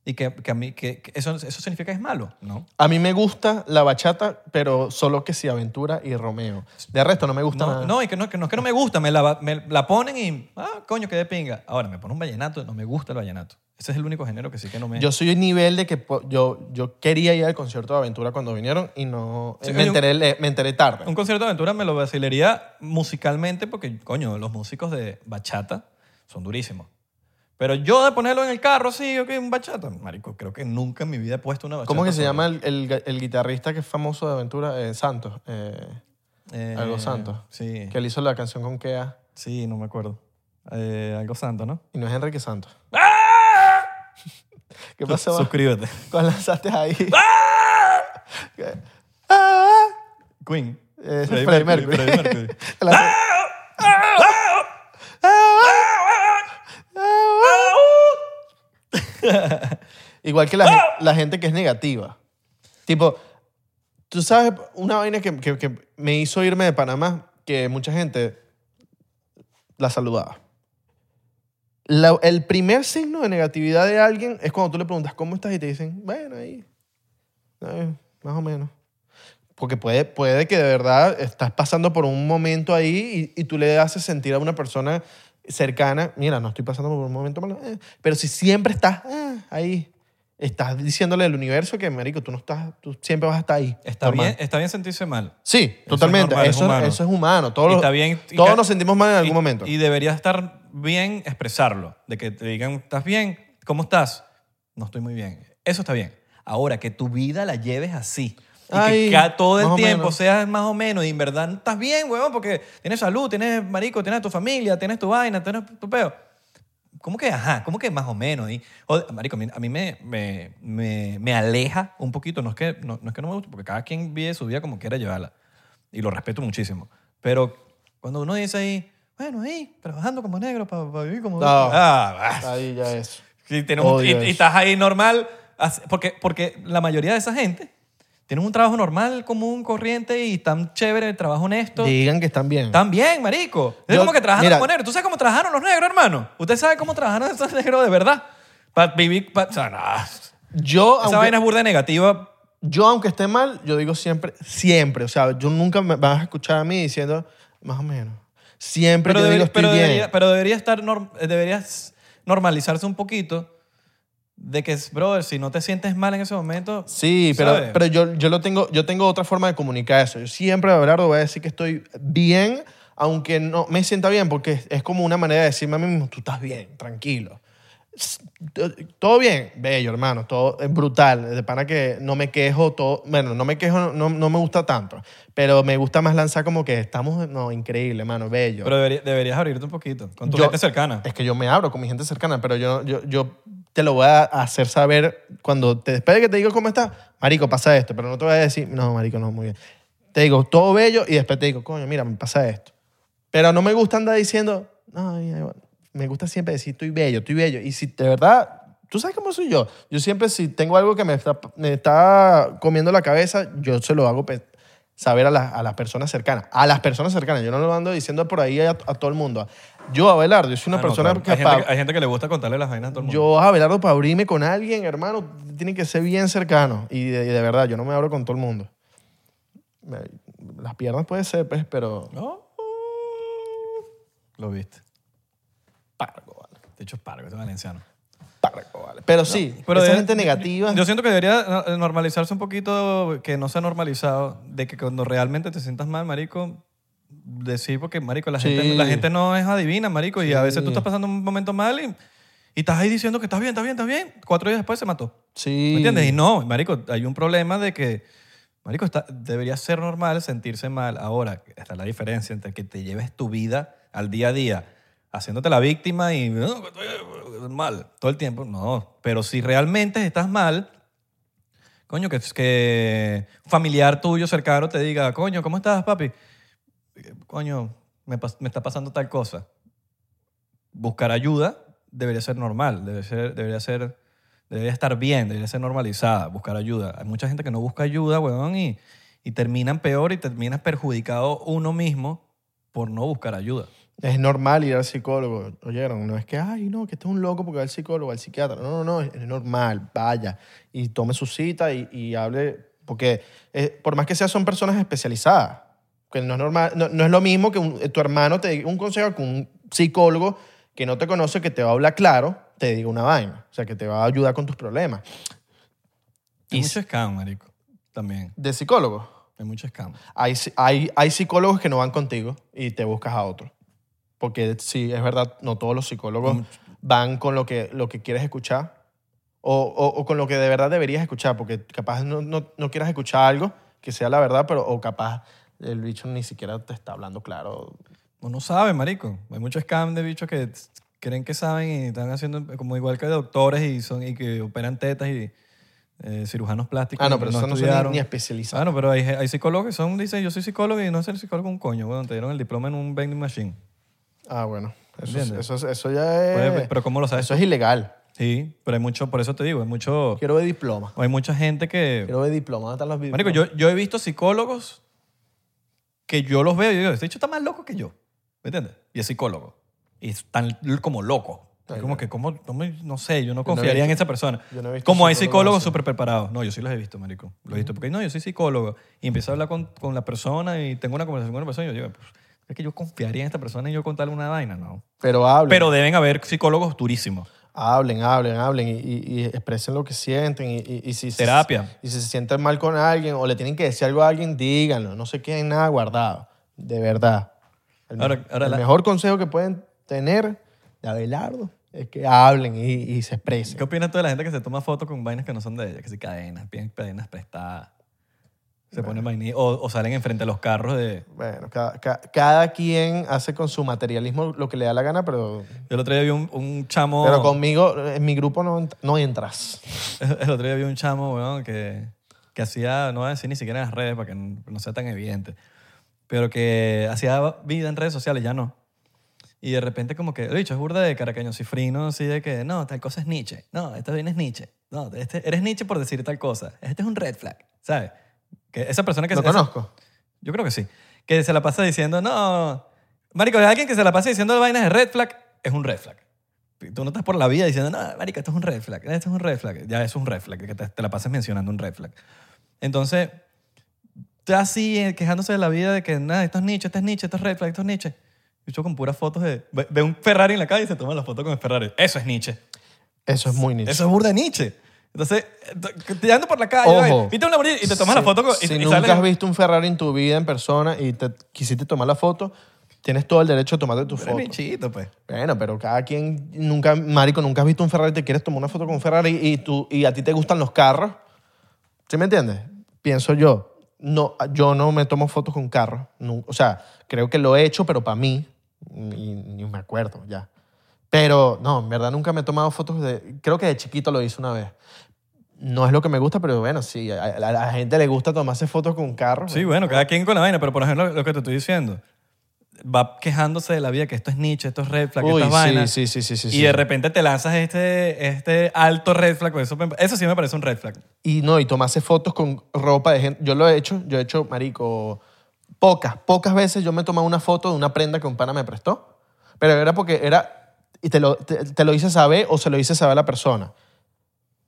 B: y que, que a mí. Que, que eso, eso significa que es malo. No.
A: A mí me gusta la bachata, pero solo que si Aventura y Romeo. De resto, no me gusta
B: No,
A: nada.
B: no, y que no, que no es que no me gusta, me la, va- me la ponen y, ah, coño, que de pinga. Ahora, me pone un vallenato, no me gusta el vallenato. Ese es el único género que sí que no me...
A: Yo soy el nivel de que po- yo, yo quería ir al concierto de Aventura cuando vinieron y no.
B: Sí,
A: me,
B: hay un-
A: enteré, le- me enteré tarde.
B: un concierto de aventura me lo vacilaría musicalmente porque, coño, los músicos de bachata son durísimos. Pero yo de ponerlo en el carro, sí, ok, un bachata. Marico, creo que nunca en mi vida he puesto una bachata.
A: ¿Cómo que se
B: sola.
A: llama el, el- el guitarrista que es famoso de Aventura? Eh, Santos. eh,
B: Eh,
A: Algo santo.
B: Sí,
A: que él hizo la canción con Kea
B: sí, no me acuerdo. Eh, algo santo, ¿no?
A: y no es Enrique Santos. ¿Qué pasó?
B: Suscríbete.
A: ¿Cuál lanzaste ahí? ¿Qué? Ah.
B: Queen.
A: Ese es
B: Freddie
A: Eh, Freddie
B: Mercury,
A: Mercury.
B: Freddie Mercury.
A: La- Igual que la, gen- la gente que es negativa. Tipo, tú sabes, una vaina que, que- que me hizo irme de Panamá, que mucha gente la saludaba. La- el primer signo de negatividad de alguien es cuando tú le preguntas cómo estás y te dicen, bueno, ahí, eh, más o menos. Porque puede, puede que de verdad estás pasando por un momento ahí y, y tú le haces sentir a una persona cercana, mira, no estoy pasando por un momento malo, eh, pero si siempre estás eh, ahí, estás diciéndole al universo que, marico, tú no estás, tú siempre vas a estar ahí.
B: Está
A: normal.
B: bien, está bien sentirse mal.
A: Sí,
B: es
A: totalmente.
B: normal, es
A: eso,
B: humano.
A: eso es humano. Todos,
B: Y está bien- y
A: todos
B: ca-
A: nos sentimos mal en algún
B: Y-
A: momento.
B: Y debería estar bien expresarlo, de que te digan, ¿estás bien? ¿Cómo estás? No estoy muy bien. Eso está bien. Ahora, que tu vida la lleves así. Y
A: Ay,
B: que ca- todo
A: más
B: el
A: o
B: tiempo
A: menos.
B: seas más o menos y en verdad no estás bien, huevón, porque tienes salud, tienes marico, tienes a tu familia, tienes tu vaina, tienes tu peo. ¿Cómo que, ajá? ¿Cómo que más o menos? Y, o- marico, a mí, a mí me, me, me- me aleja un poquito. No es, que, no, no es que no me guste, porque cada quien vive su vida como quiera llevarla. Y lo respeto muchísimo. Pero cuando uno dice ahí, bueno, ahí, trabajando como negro para vivir como...
A: No.
B: Ah, ah,
A: Ahí ya es.
B: si tienes un- y,
A: Odio
B: y
A: eso.
B: estás ahí normal, así- porque, porque la mayoría de esa gente tienen un trabajo normal, común, corriente y tan chévere, el trabajo honesto.
A: Digan que están bien.
B: Están bien, marico. Es
A: Yo-
B: como que trabajaron
A: mira-
B: como negros. ¿Tú sabes cómo trabajaron los negros, hermano? ¿Usted sabe cómo trabajaron esos negros de verdad? Para vivir... pa- o sea, nah.
A: Yo
B: Esa
A: aunque,
B: vaina es burda de negativa.
A: yo, aunque esté mal, yo digo siempre, siempre. O sea, yo nunca me vas a escuchar a mí diciendo, más o menos. Siempre
B: Pero,
A: yo digo,
B: debería,
A: estoy
B: pero,
A: bien.
B: debería, pero debería estar... norm- eh, deberías normalizarse un poquito de que, brother, si no te sientes mal en ese momento...
A: Sí, pero,
B: ¿sabes?
A: pero yo, yo, lo tengo, yo tengo otra forma de comunicar eso. Yo siempre, Abelardo, voy a decir que estoy bien, aunque no me sienta bien, porque es, es como una manera de decirme a mí mismo, tú estás bien, tranquilo. S- t- Todo bien, bello, hermano, todo es brutal. De pana que no me quejo, todo, bueno, no me quejo, no, no me gusta tanto, pero me gusta más lanzar como que estamos, no, increíble, hermano, bello.
B: Pero debería- deberías abrirte un poquito con tu
A: Yo-
B: gente cercana.
A: Es que yo me abro con mi gente cercana, pero yo, yo, yo te lo voy a hacer saber cuando te despegue que te digo cómo estás. Marico, pasa esto, pero no te voy a decir, no, Marico, no, muy bien. Te digo, todo bello, y después te digo, coño, mira, me pasa esto. Pero no me gusta andar diciendo, no, ay, ay, bueno". me gusta siempre decir, estoy bello, estoy bello. Y si de verdad, tú sabes cómo soy yo. Yo siempre, si tengo algo que me está, me está comiendo la cabeza, yo se lo hago pe- saber a, las- a las personas cercanas. A las personas cercanas. Yo no lo ando diciendo por ahí a, a todo el mundo. Yo, Abelardo, yo soy una
B: Ah, no,
A: persona
B: claro.
A: que...
B: hay, gente, que- hay gente que le gusta contarle las vainas a todo el mundo.
A: Yo, Abelardo, para abrirme con alguien, hermano, tiene que ser bien cercano. Y de, y de verdad, yo no me abro con todo el mundo. Me- Las piernas puede ser, pues, pero...
B: ¿No? Lo viste.
A: Párrago, vale.
B: De hecho, es pargo, este valenciano.
A: Párrago, vale. Pero sí,
B: Pero
A: esa
B: de-
A: gente negativa.
B: Yo siento que debería eh, normalizarse un poquito, que no se ha normalizado, de que cuando realmente te sientas mal, marico, decir porque, marico, la,
A: Sí.
B: gente, la gente no es adivina, marico, y a veces
A: Sí.
B: tú estás pasando un momento mal y, y estás ahí diciendo que estás bien, estás bien, estás bien. Cuatro días después se mató.
A: sí.
B: ¿Me entiendes? Y no, marico, hay un problema de que, marico, está, debería ser normal sentirse mal. Ahora, está la diferencia entre que te lleves tu vida al día a día haciéndote la víctima y "No, estoy mal todo el tiempo. No, pero si realmente estás mal, coño, que, que un familiar tuyo cercano te diga, coño, ¿cómo estás, papi? Coño, me, pas- me está pasando tal cosa. Buscar ayuda debería ser normal, debería ser, debería ser, debería estar bien, debería ser normalizada, buscar ayuda. Hay mucha gente que no busca ayuda, weón, y, y terminan peor y terminas perjudicado uno mismo por no buscar ayuda.
A: Es normal ir al psicólogo, oyeron, no es que, ay, no, que este es un loco porque va al psicólogo, al psiquiatra. No, no, no, es normal, vaya y tome su cita y, y hable, porque eh, por más que sea, son personas especializadas. Que no es, normal, no, no es lo mismo que un- eh, tu hermano te diga un consejo que un psicólogo que no te conoce, que te va a hablar claro, te diga una vaina, o sea, que te va a ayudar con tus problemas.
B: Hay
A: Y-
B: mucho scam, marico, también.
A: De psicólogo,
B: Hay mucho scam.
A: hay, si- hay, hay psicólogos que no van contigo y te buscas a otro. Porque sí, es verdad, no todos los psicólogos
B: Mucho.
A: van con lo que, lo que quieres escuchar o, o- o con lo que de verdad deberías escuchar, porque capaz no, no, no quieras escuchar algo que sea la verdad, pero o capaz el bicho ni siquiera te está hablando claro.
B: Uno sabe, marico. Hay muchos scam de bichos que t- creen que saben y están haciendo como igual que doctores y son y que operan tetas y eh, cirujanos plásticos.
A: Ah, no,
B: que
A: pero eso no son ni,
B: estudiaron.
A: ni especializados.
B: Ah, no, pero hay, hay psicólogos que son, dicen, yo soy psicólogo y no ser psicólogo un coño, weón. Te dieron el diploma en un vending machine.
A: Ah, bueno, eso, es-
B: ¿Entiendes?
A: eso, es- eso ya es...
B: Pues, pero ¿cómo lo sabes?
A: eso es ilegal.
B: Sí, pero hay mucho, por eso te digo, hay mucho,
A: Quiero ver diploma.
B: hay mucha gente que...
A: Quiero ver diploma. ¿Dónde están los videos?
B: Marico, yo, yo he visto psicólogos que yo los veo y digo, este hecho está más loco que yo. ¿Me entiendes? Y es psicólogo. Y están l- como locos. Es
A: Ay,
B: como
A: no.
B: que, como, no, me- no sé, yo
A: Ah, Yo no
B: no
A: he
B: confiaría en
A: visto-
B: esa persona.
A: yo no he visto
B: como hay
A: psicólogos
B: psicólogos
A: así.
B: súper preparados. No, yo sí los he visto, marico. Los he visto porque, no, yo soy psicólogo. Y empiezo a hablar con, con la persona y tengo una conversación con una persona y yo digo, "Pues, es que yo confiaría en esta persona y yo contarle una vaina, no.
A: Pero hablen.
B: Pero deben haber psicólogos durísimos.
A: Hablen, hablen, hablen y, y- y expresen lo que sienten. Y, y- y si se-
B: Terapia.
A: y si se sienten mal con alguien o le tienen que decir algo a alguien, díganlo. No se queden nada guardado. De verdad. El, me-
B: Ahora- ahora
A: el
B: la-
A: mejor consejo que pueden tener de Abelardo es que hablen y, y se expresen.
B: ¿Qué opinas tú de la gente que se toma fotos con vainas que no son de ella? Que si cadenas, piden cadenas prestadas. Se ponen vainilla. O, o salen enfrente de los carros de...
A: Bueno, ca- ca- cada, quien hace con su materialismo lo que le da la gana, pero,
B: Yo el otro día vi un, un chamo...
A: pero conmigo, en mi grupo no, ent- no entras.
B: El otro día vi un chamo, weón, que, que hacía... No voy a decir ni siquiera en las redes para que n- no sea tan evidente. Pero que hacía vida en redes sociales, ya no. Y de repente como que... Lo dicho, es burda de caracaño cifrino, así de que... No, tal cosa es Nietzsche. No, esta vaina es Nietzsche. No, este, eres Nietzsche por decir tal cosa. Este es un red flag, ¿sabes? Que esa persona que...
A: Lo
B: esa-
A: conozco.
B: Yo creo que sí. Que se la pasa diciendo, no. Marico, alguien que se la pasa diciendo vainas de red flag es un red flag. Y Tú no estás por la vida diciendo, no, marico, esto es un red flag, esto es un red flag. Ya, eso es un red flag, que te, te la pasas mencionando un red flag. Entonces, está así eh, quejándose de la vida de que, nada, esto es Nietzsche, esto es Nietzsche, esto es red flag, esto es Nietzsche. Y yo con puras fotos de... Ve, ve un Ferrari en la calle y se toma la foto con el Ferrari. Eso es Nietzsche.
A: Eso es muy nicho.
B: Eso es burda de Nietzsche. Entonces, eh, te ando por la calle,
A: Ojo.
B: ve, viste un Lamborghini y te tomas
A: Si-
B: la foto con... y-
A: Si
B: y
A: nunca
B: sale-
A: has visto un Ferrari en tu vida en persona y te quisiste tomar la foto, tienes todo el derecho a tomarte tu
B: Pero es
A: foto.
B: Nietzscheito, pues.
A: Bueno, pero cada quien nunca, marico, nunca has visto un Ferrari, te quieres tomar una foto con un Ferrari y tú y a ti te gustan los carros. ¿Sí me entiendes? Pienso yo. No, yo no me tomo fotos con carros. nu- o sea, creo que lo he hecho, pero para mí y ni me acuerdo ya. Pero no, en verdad nunca me he tomado fotos de. Creo que de chiquito lo hice una vez. No es lo que me gusta, pero bueno, sí, a, a- a la gente le gusta tomarse fotos con carros.
B: Sí, bueno, cada quien con la vaina, pero por ejemplo, lo que te estoy diciendo, va quejándose de la vida, que esto es Nietzsche, esto es red flag,
A: Uy,
B: estas
A: sí,
B: vainas.
A: sí, sí, sí, sí,
B: y
A: sí.
B: de repente te lanzas este, este alto red flag. Eso, me- eso sí me parece un red flag.
A: Y no, y tomarse fotos con ropa de gente. Yo lo he hecho, yo he hecho, marico, pocas, pocas veces yo me he tomado una foto de una prenda que un pana me prestó. Pero era porque era, y te lo, te, te lo hice saber o se lo hice saber a la persona.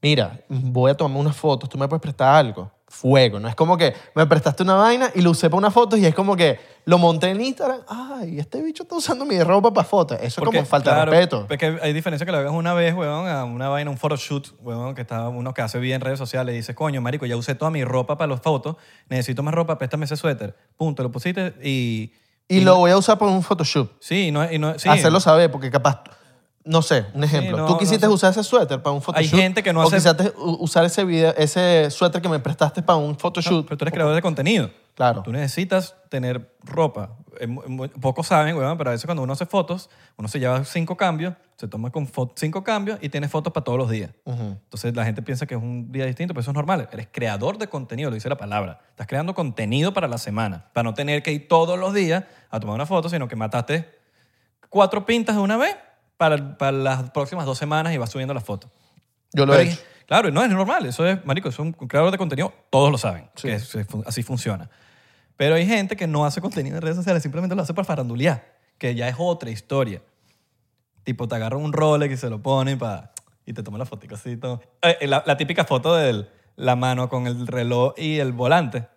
A: Mira, voy a tomar unas fotos, tú me puedes prestar algo. fuego. No es como que me prestaste una vaina y lo usé para una foto y es como que lo monté en Instagram. Ay, este bicho está usando mi ropa para fotos. Eso es
B: Porque,
A: como falta
B: claro,
A: de respeto.
B: Es que hay diferencia que lo hagas una vez, weón, a una vaina, un photoshoot, weón, que está uno que hace bien en redes sociales y dices, coño, marico, ya usé toda mi ropa para las fotos, necesito más ropa, préstame ese suéter. Punto, lo pusiste y...
A: Y lo voy a usar para un Photoshop.
B: Sí, y no, y no, sí.
A: Hacerlo saber, porque capaz, no sé, un ejemplo.
B: no,
A: Tú
B: no
A: quisiste
B: sé.
A: usar ese suéter para un photoshoot.
B: gente que no hace-
A: O quisiste u- usar ese, video, ese suéter que me prestaste para un photoshoot.
B: Pero tú eres creador de contenido.
A: Claro.
B: Tú necesitas tener ropa. Eh, mu- mu- Pocos saben, weón, pero a veces cuando uno hace fotos, uno se lleva cinco cambios, se toma con fo- cinco cambios y tiene fotos para todos los días.
A: Ujú.
B: Entonces la gente piensa que es un día distinto, pero eso es normal. Eres creador de contenido, lo dice la palabra. Estás creando contenido para la semana, para no tener que ir todos los días a tomar una foto, sino que mataste cuatro pintas de una vez para, para las próximas dos semanas y vas subiendo las fotos.
A: Yo lo
B: Pero
A: he
B: dije,
A: hecho.
B: Claro, no es normal. Eso es, marico, eso es un creador de contenido. Todos lo saben. que es- es fun- así funciona. Pero hay gente que no hace contenido en redes sociales, simplemente lo hace para farandulear, que ya es otra historia. Tipo, te agarran un Rolex y se lo ponen pa- y te toman la fotico así. todo. Eh, eh, la, la típica foto de la mano con el reloj y el volante.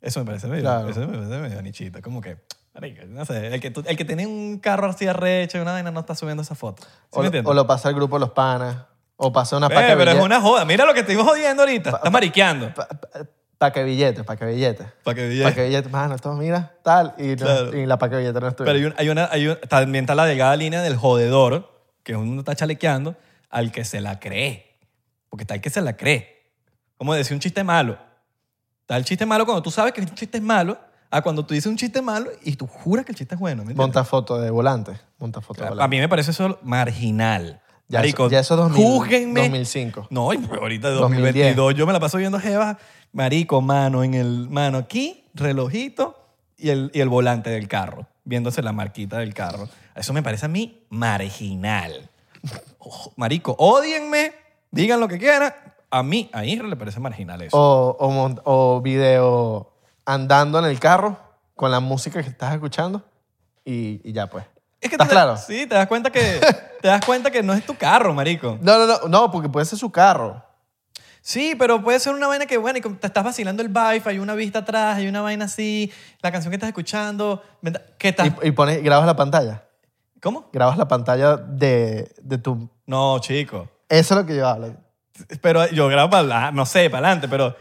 B: Eso me parece medio,
A: Claro.
B: eso me parece medio nichito. Como que, marico, no sé, el que, tú- el que tiene un carro así arrecho y una vaina no está subiendo esa foto. ¿Sí
A: O,
B: me
A: lo-
B: entiendes?
A: o lo pasa al grupo de los panas. O pasa una
B: Eh,
A: paca de
B: pero es
A: billetes.
B: una joda. Mira lo que te iba jodiendo ahorita. Estás mariqueando.
A: Pa- pa- Paca de billetes, paca de billetes.
B: Para que
A: Paca de billetes. Mano, esto mira, tal. Y, no-
B: Claro.
A: y la paca de billetes no es tuya.
B: Pero hay, un- hay una, hay un- también está la delgada línea del jodedor, que uno está chalequeando, al que se la cree. Porque está el que se la cree. Como decir un chiste malo. Está el chiste malo cuando tú sabes que el chiste es malo, a cuando tú dices un chiste malo y tú juras que el chiste es bueno. ¿me entiendes?
A: Monta foto de volante. Monta foto de
B: A
A: volante.
B: mí me parece eso marginal.
A: Ya,
B: Marico,
A: eso, ya eso es 2000,
B: júzguenme.
A: 2005.
B: No, y pues ahorita de
A: 2010.
B: 2022 yo me la paso viendo Jeva, marico, mano en el mano aquí, relojito y el, y el volante del carro, viéndose la marquita del carro. Eso me parece a mí marginal. Ojo, marico, odienme, digan lo que quieran. A mí, a Israel le parece marginal eso.
A: O, o, mon- o video andando en el carro con la música que estás escuchando y, y ya pues.
B: Es que
A: ¿Estás
B: te-
A: claro?
B: Sí, te das cuenta que te das cuenta que no es tu carro, marico.
A: No, no, no, no, porque puede ser su carro.
B: Sí, pero puede ser una vaina que, bueno, y como te estás vacilando el vibe, hay una vista atrás, hay una vaina así, la canción que estás escuchando, ¿verdad? ¿qué estás?
A: Y, y pones, grabas la pantalla.
B: ¿Cómo?
A: Grabas la pantalla de, de tu...
B: No, chico.
A: Eso es lo que yo hablo.
B: Pero yo grabo para la- no sé, para adelante, pero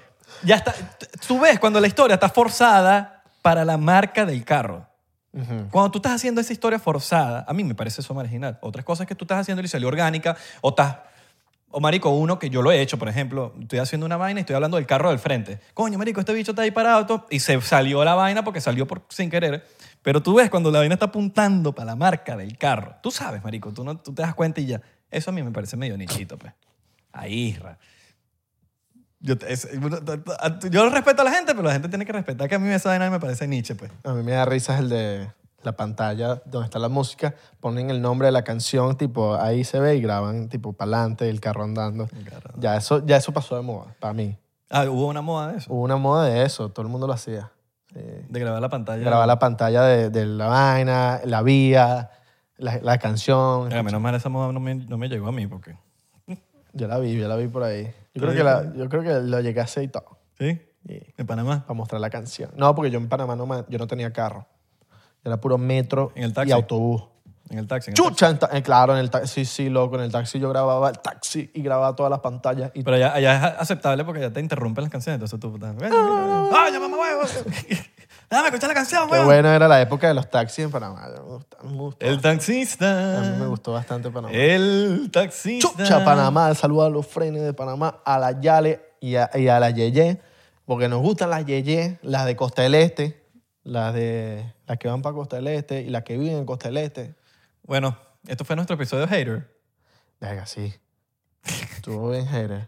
B: ya está. t- Tú ves cuando la historia está forzada para la marca del carro.
A: Ujú.
B: Cuando tú estás haciendo esa historia forzada, a mí me parece eso marginal. Otras cosas que tú estás haciendo y salió orgánica, o estás. O marico, uno que yo lo he hecho, por ejemplo, estoy haciendo una vaina y estoy hablando del carro del frente. Coño, marico, este bicho está ahí parado todo, y se salió la vaina porque salió por, sin querer. Pero tú ves cuando la vaina está apuntando para la marca del carro. Tú sabes, marico, tú, no, tú te das cuenta y ya. Eso a mí me parece medio nichito, pues. Ahí, ra. Yo, te- es- yo respeto a la gente, pero la gente tiene que respetar que a mí esa vaina me parece niche, pues.
A: A mí me da risa el de la pantalla donde está la música, ponen el nombre de la canción, tipo, ahí se ve y graban, tipo, para adelante, el carro andando.
B: carro.
A: Ya eso, ya eso pasó de moda, para mí.
B: Ah, hubo una moda de eso.
A: Hubo una moda de eso, todo el mundo lo hacía. Sí.
B: De grabar la pantalla.
A: grabar la pantalla de, de la vaina, la vía, la, la canción.
B: Mira, menos mal esa moda no me, no me llegó a mí porque...
A: Yo la vi, yo la vi por ahí. Yo creo
B: Sí.
A: que, la- yo creo que lo llegué a hacer y todo.
B: ¿Sí?
A: Y-
B: En Panamá.
A: para mostrar la canción. No, porque yo en Panamá no, ma- yo no tenía carro. Yo era puro metro
B: En el taxi.
A: y autobús.
B: En el taxi. en el taxi.
A: Chucha, en ta- eh, claro, en el taxi, sí, loco. En el taxi yo grababa el taxi y grababa todas las pantallas. Y
B: Pero allá, allá es aceptable porque ya te interrumpen las canciones. Entonces tú... pues, estás, ¡Ah, ya mamá huevo! ¡Déjame escuchar la canción,
A: qué
B: huevo!
A: buena era la época de los taxis en Panamá. Yo Me gustó, me gustó.
B: El taxista.
A: a mí me gustó bastante Panamá.
B: El taxista.
A: Chucha, Panamá. Saludos a los frenes de Panamá, a la Yale y a, y a la Yeye. Porque nos gustan las Yeye, las de Costa del Este, las, de, las que van para Costa del Este y las que viven en Costa del Este.
B: Bueno, esto fue nuestro episodio Hater.
A: Venga, sí. Estuvo bien, Jere.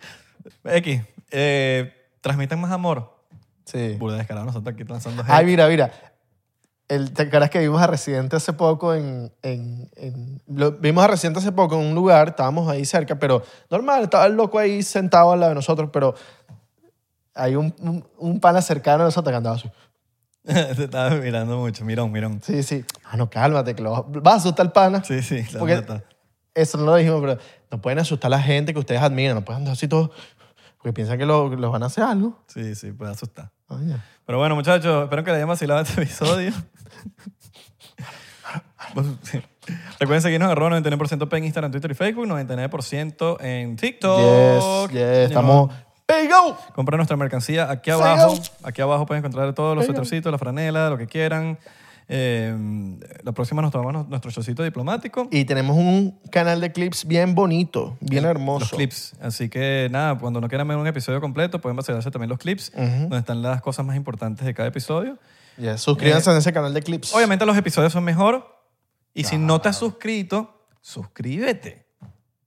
B: X, eh, transmitan más amor.
A: Sí.
B: Burda descarado, nosotros aquí lanzando hate.
A: Ay, mira, mira. El, ¿Te acuerdas que vimos a Residente hace poco en... en- en- lo- vimos a Residente hace poco en un lugar, estábamos ahí cerca, pero normal, estaba el loco ahí sentado al lado de nosotros, pero hay un, un, un pana cercano a nosotros que andaba así.
B: Te estaba mirando mucho. Mirón, mirón.
A: Sí, sí. Ah, no, cálmate, que lo vas- vas a asustar al pana.
B: Sí, sí. la
A: Porque-
B: neta.
A: Eso no lo dijimos, pero no pueden asustar a la gente que ustedes admiran, no pueden andar así todos... Porque piensan que lo- los van a hacer algo.
B: Sí, sí, puede asustar.
A: Ah, ya.
B: Pero bueno, muchachos, espero que les haya vacilado este episodio. Pues, sí. Recuerden seguirnos en arroba 99% P en Instagram, Twitter y Facebook, 99% en TikTok.
A: Yes, yes, estamos pegados.
B: Comprar nuestra mercancía aquí
A: Sigo.
B: abajo. Aquí abajo pueden encontrar todos los
A: Sigo.
B: suetercitos, la franela, lo que quieran. Eh, la próxima nos tomamos nuestro chocito diplomático.
A: Y tenemos un canal de clips bien bonito, bien hermoso.
B: Los clips. Así que nada, cuando no quieran ver un episodio completo, pueden vacilarse también los clips, donde están las cosas más importantes de cada episodio.
A: Yes, Suscríbanse a ese canal de clips.
B: Eh, Obviamente los episodios son mejor. Y si no te has suscrito, suscríbete.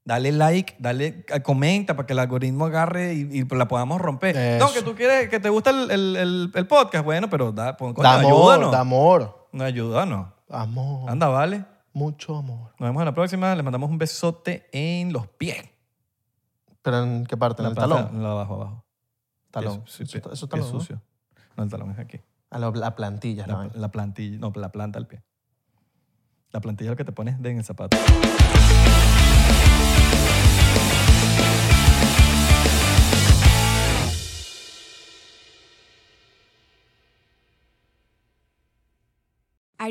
B: Dale like, dale, comenta para que el algoritmo agarre y, y la podamos romper. No,
A: Eso.
B: que tú quieres, que te gusta el, el- el- el podcast, bueno, pero da, pon, coño,
A: Da amor,
B: ayúdanos.
A: da amor.
B: No, ayúdanos.
A: Amor.
B: Anda, vale.
A: Mucho amor.
B: Nos vemos en la próxima. Les mandamos un besote en los pies.
A: ¿Pero en qué parte? ¿En el
B: plaza-
A: talón?
B: no, abajo, abajo.
A: Talón.
B: Pies- sí,
A: Eso
B: pie-
A: está- eso
B: pie
A: talón, ¿no?
B: sucio. No, el talón es aquí.
A: A la, la plantilla.
B: La,
A: ¿no?
B: la plantilla, no, la planta del pie. La plantilla es lo que te pones de en el zapato.
C: Are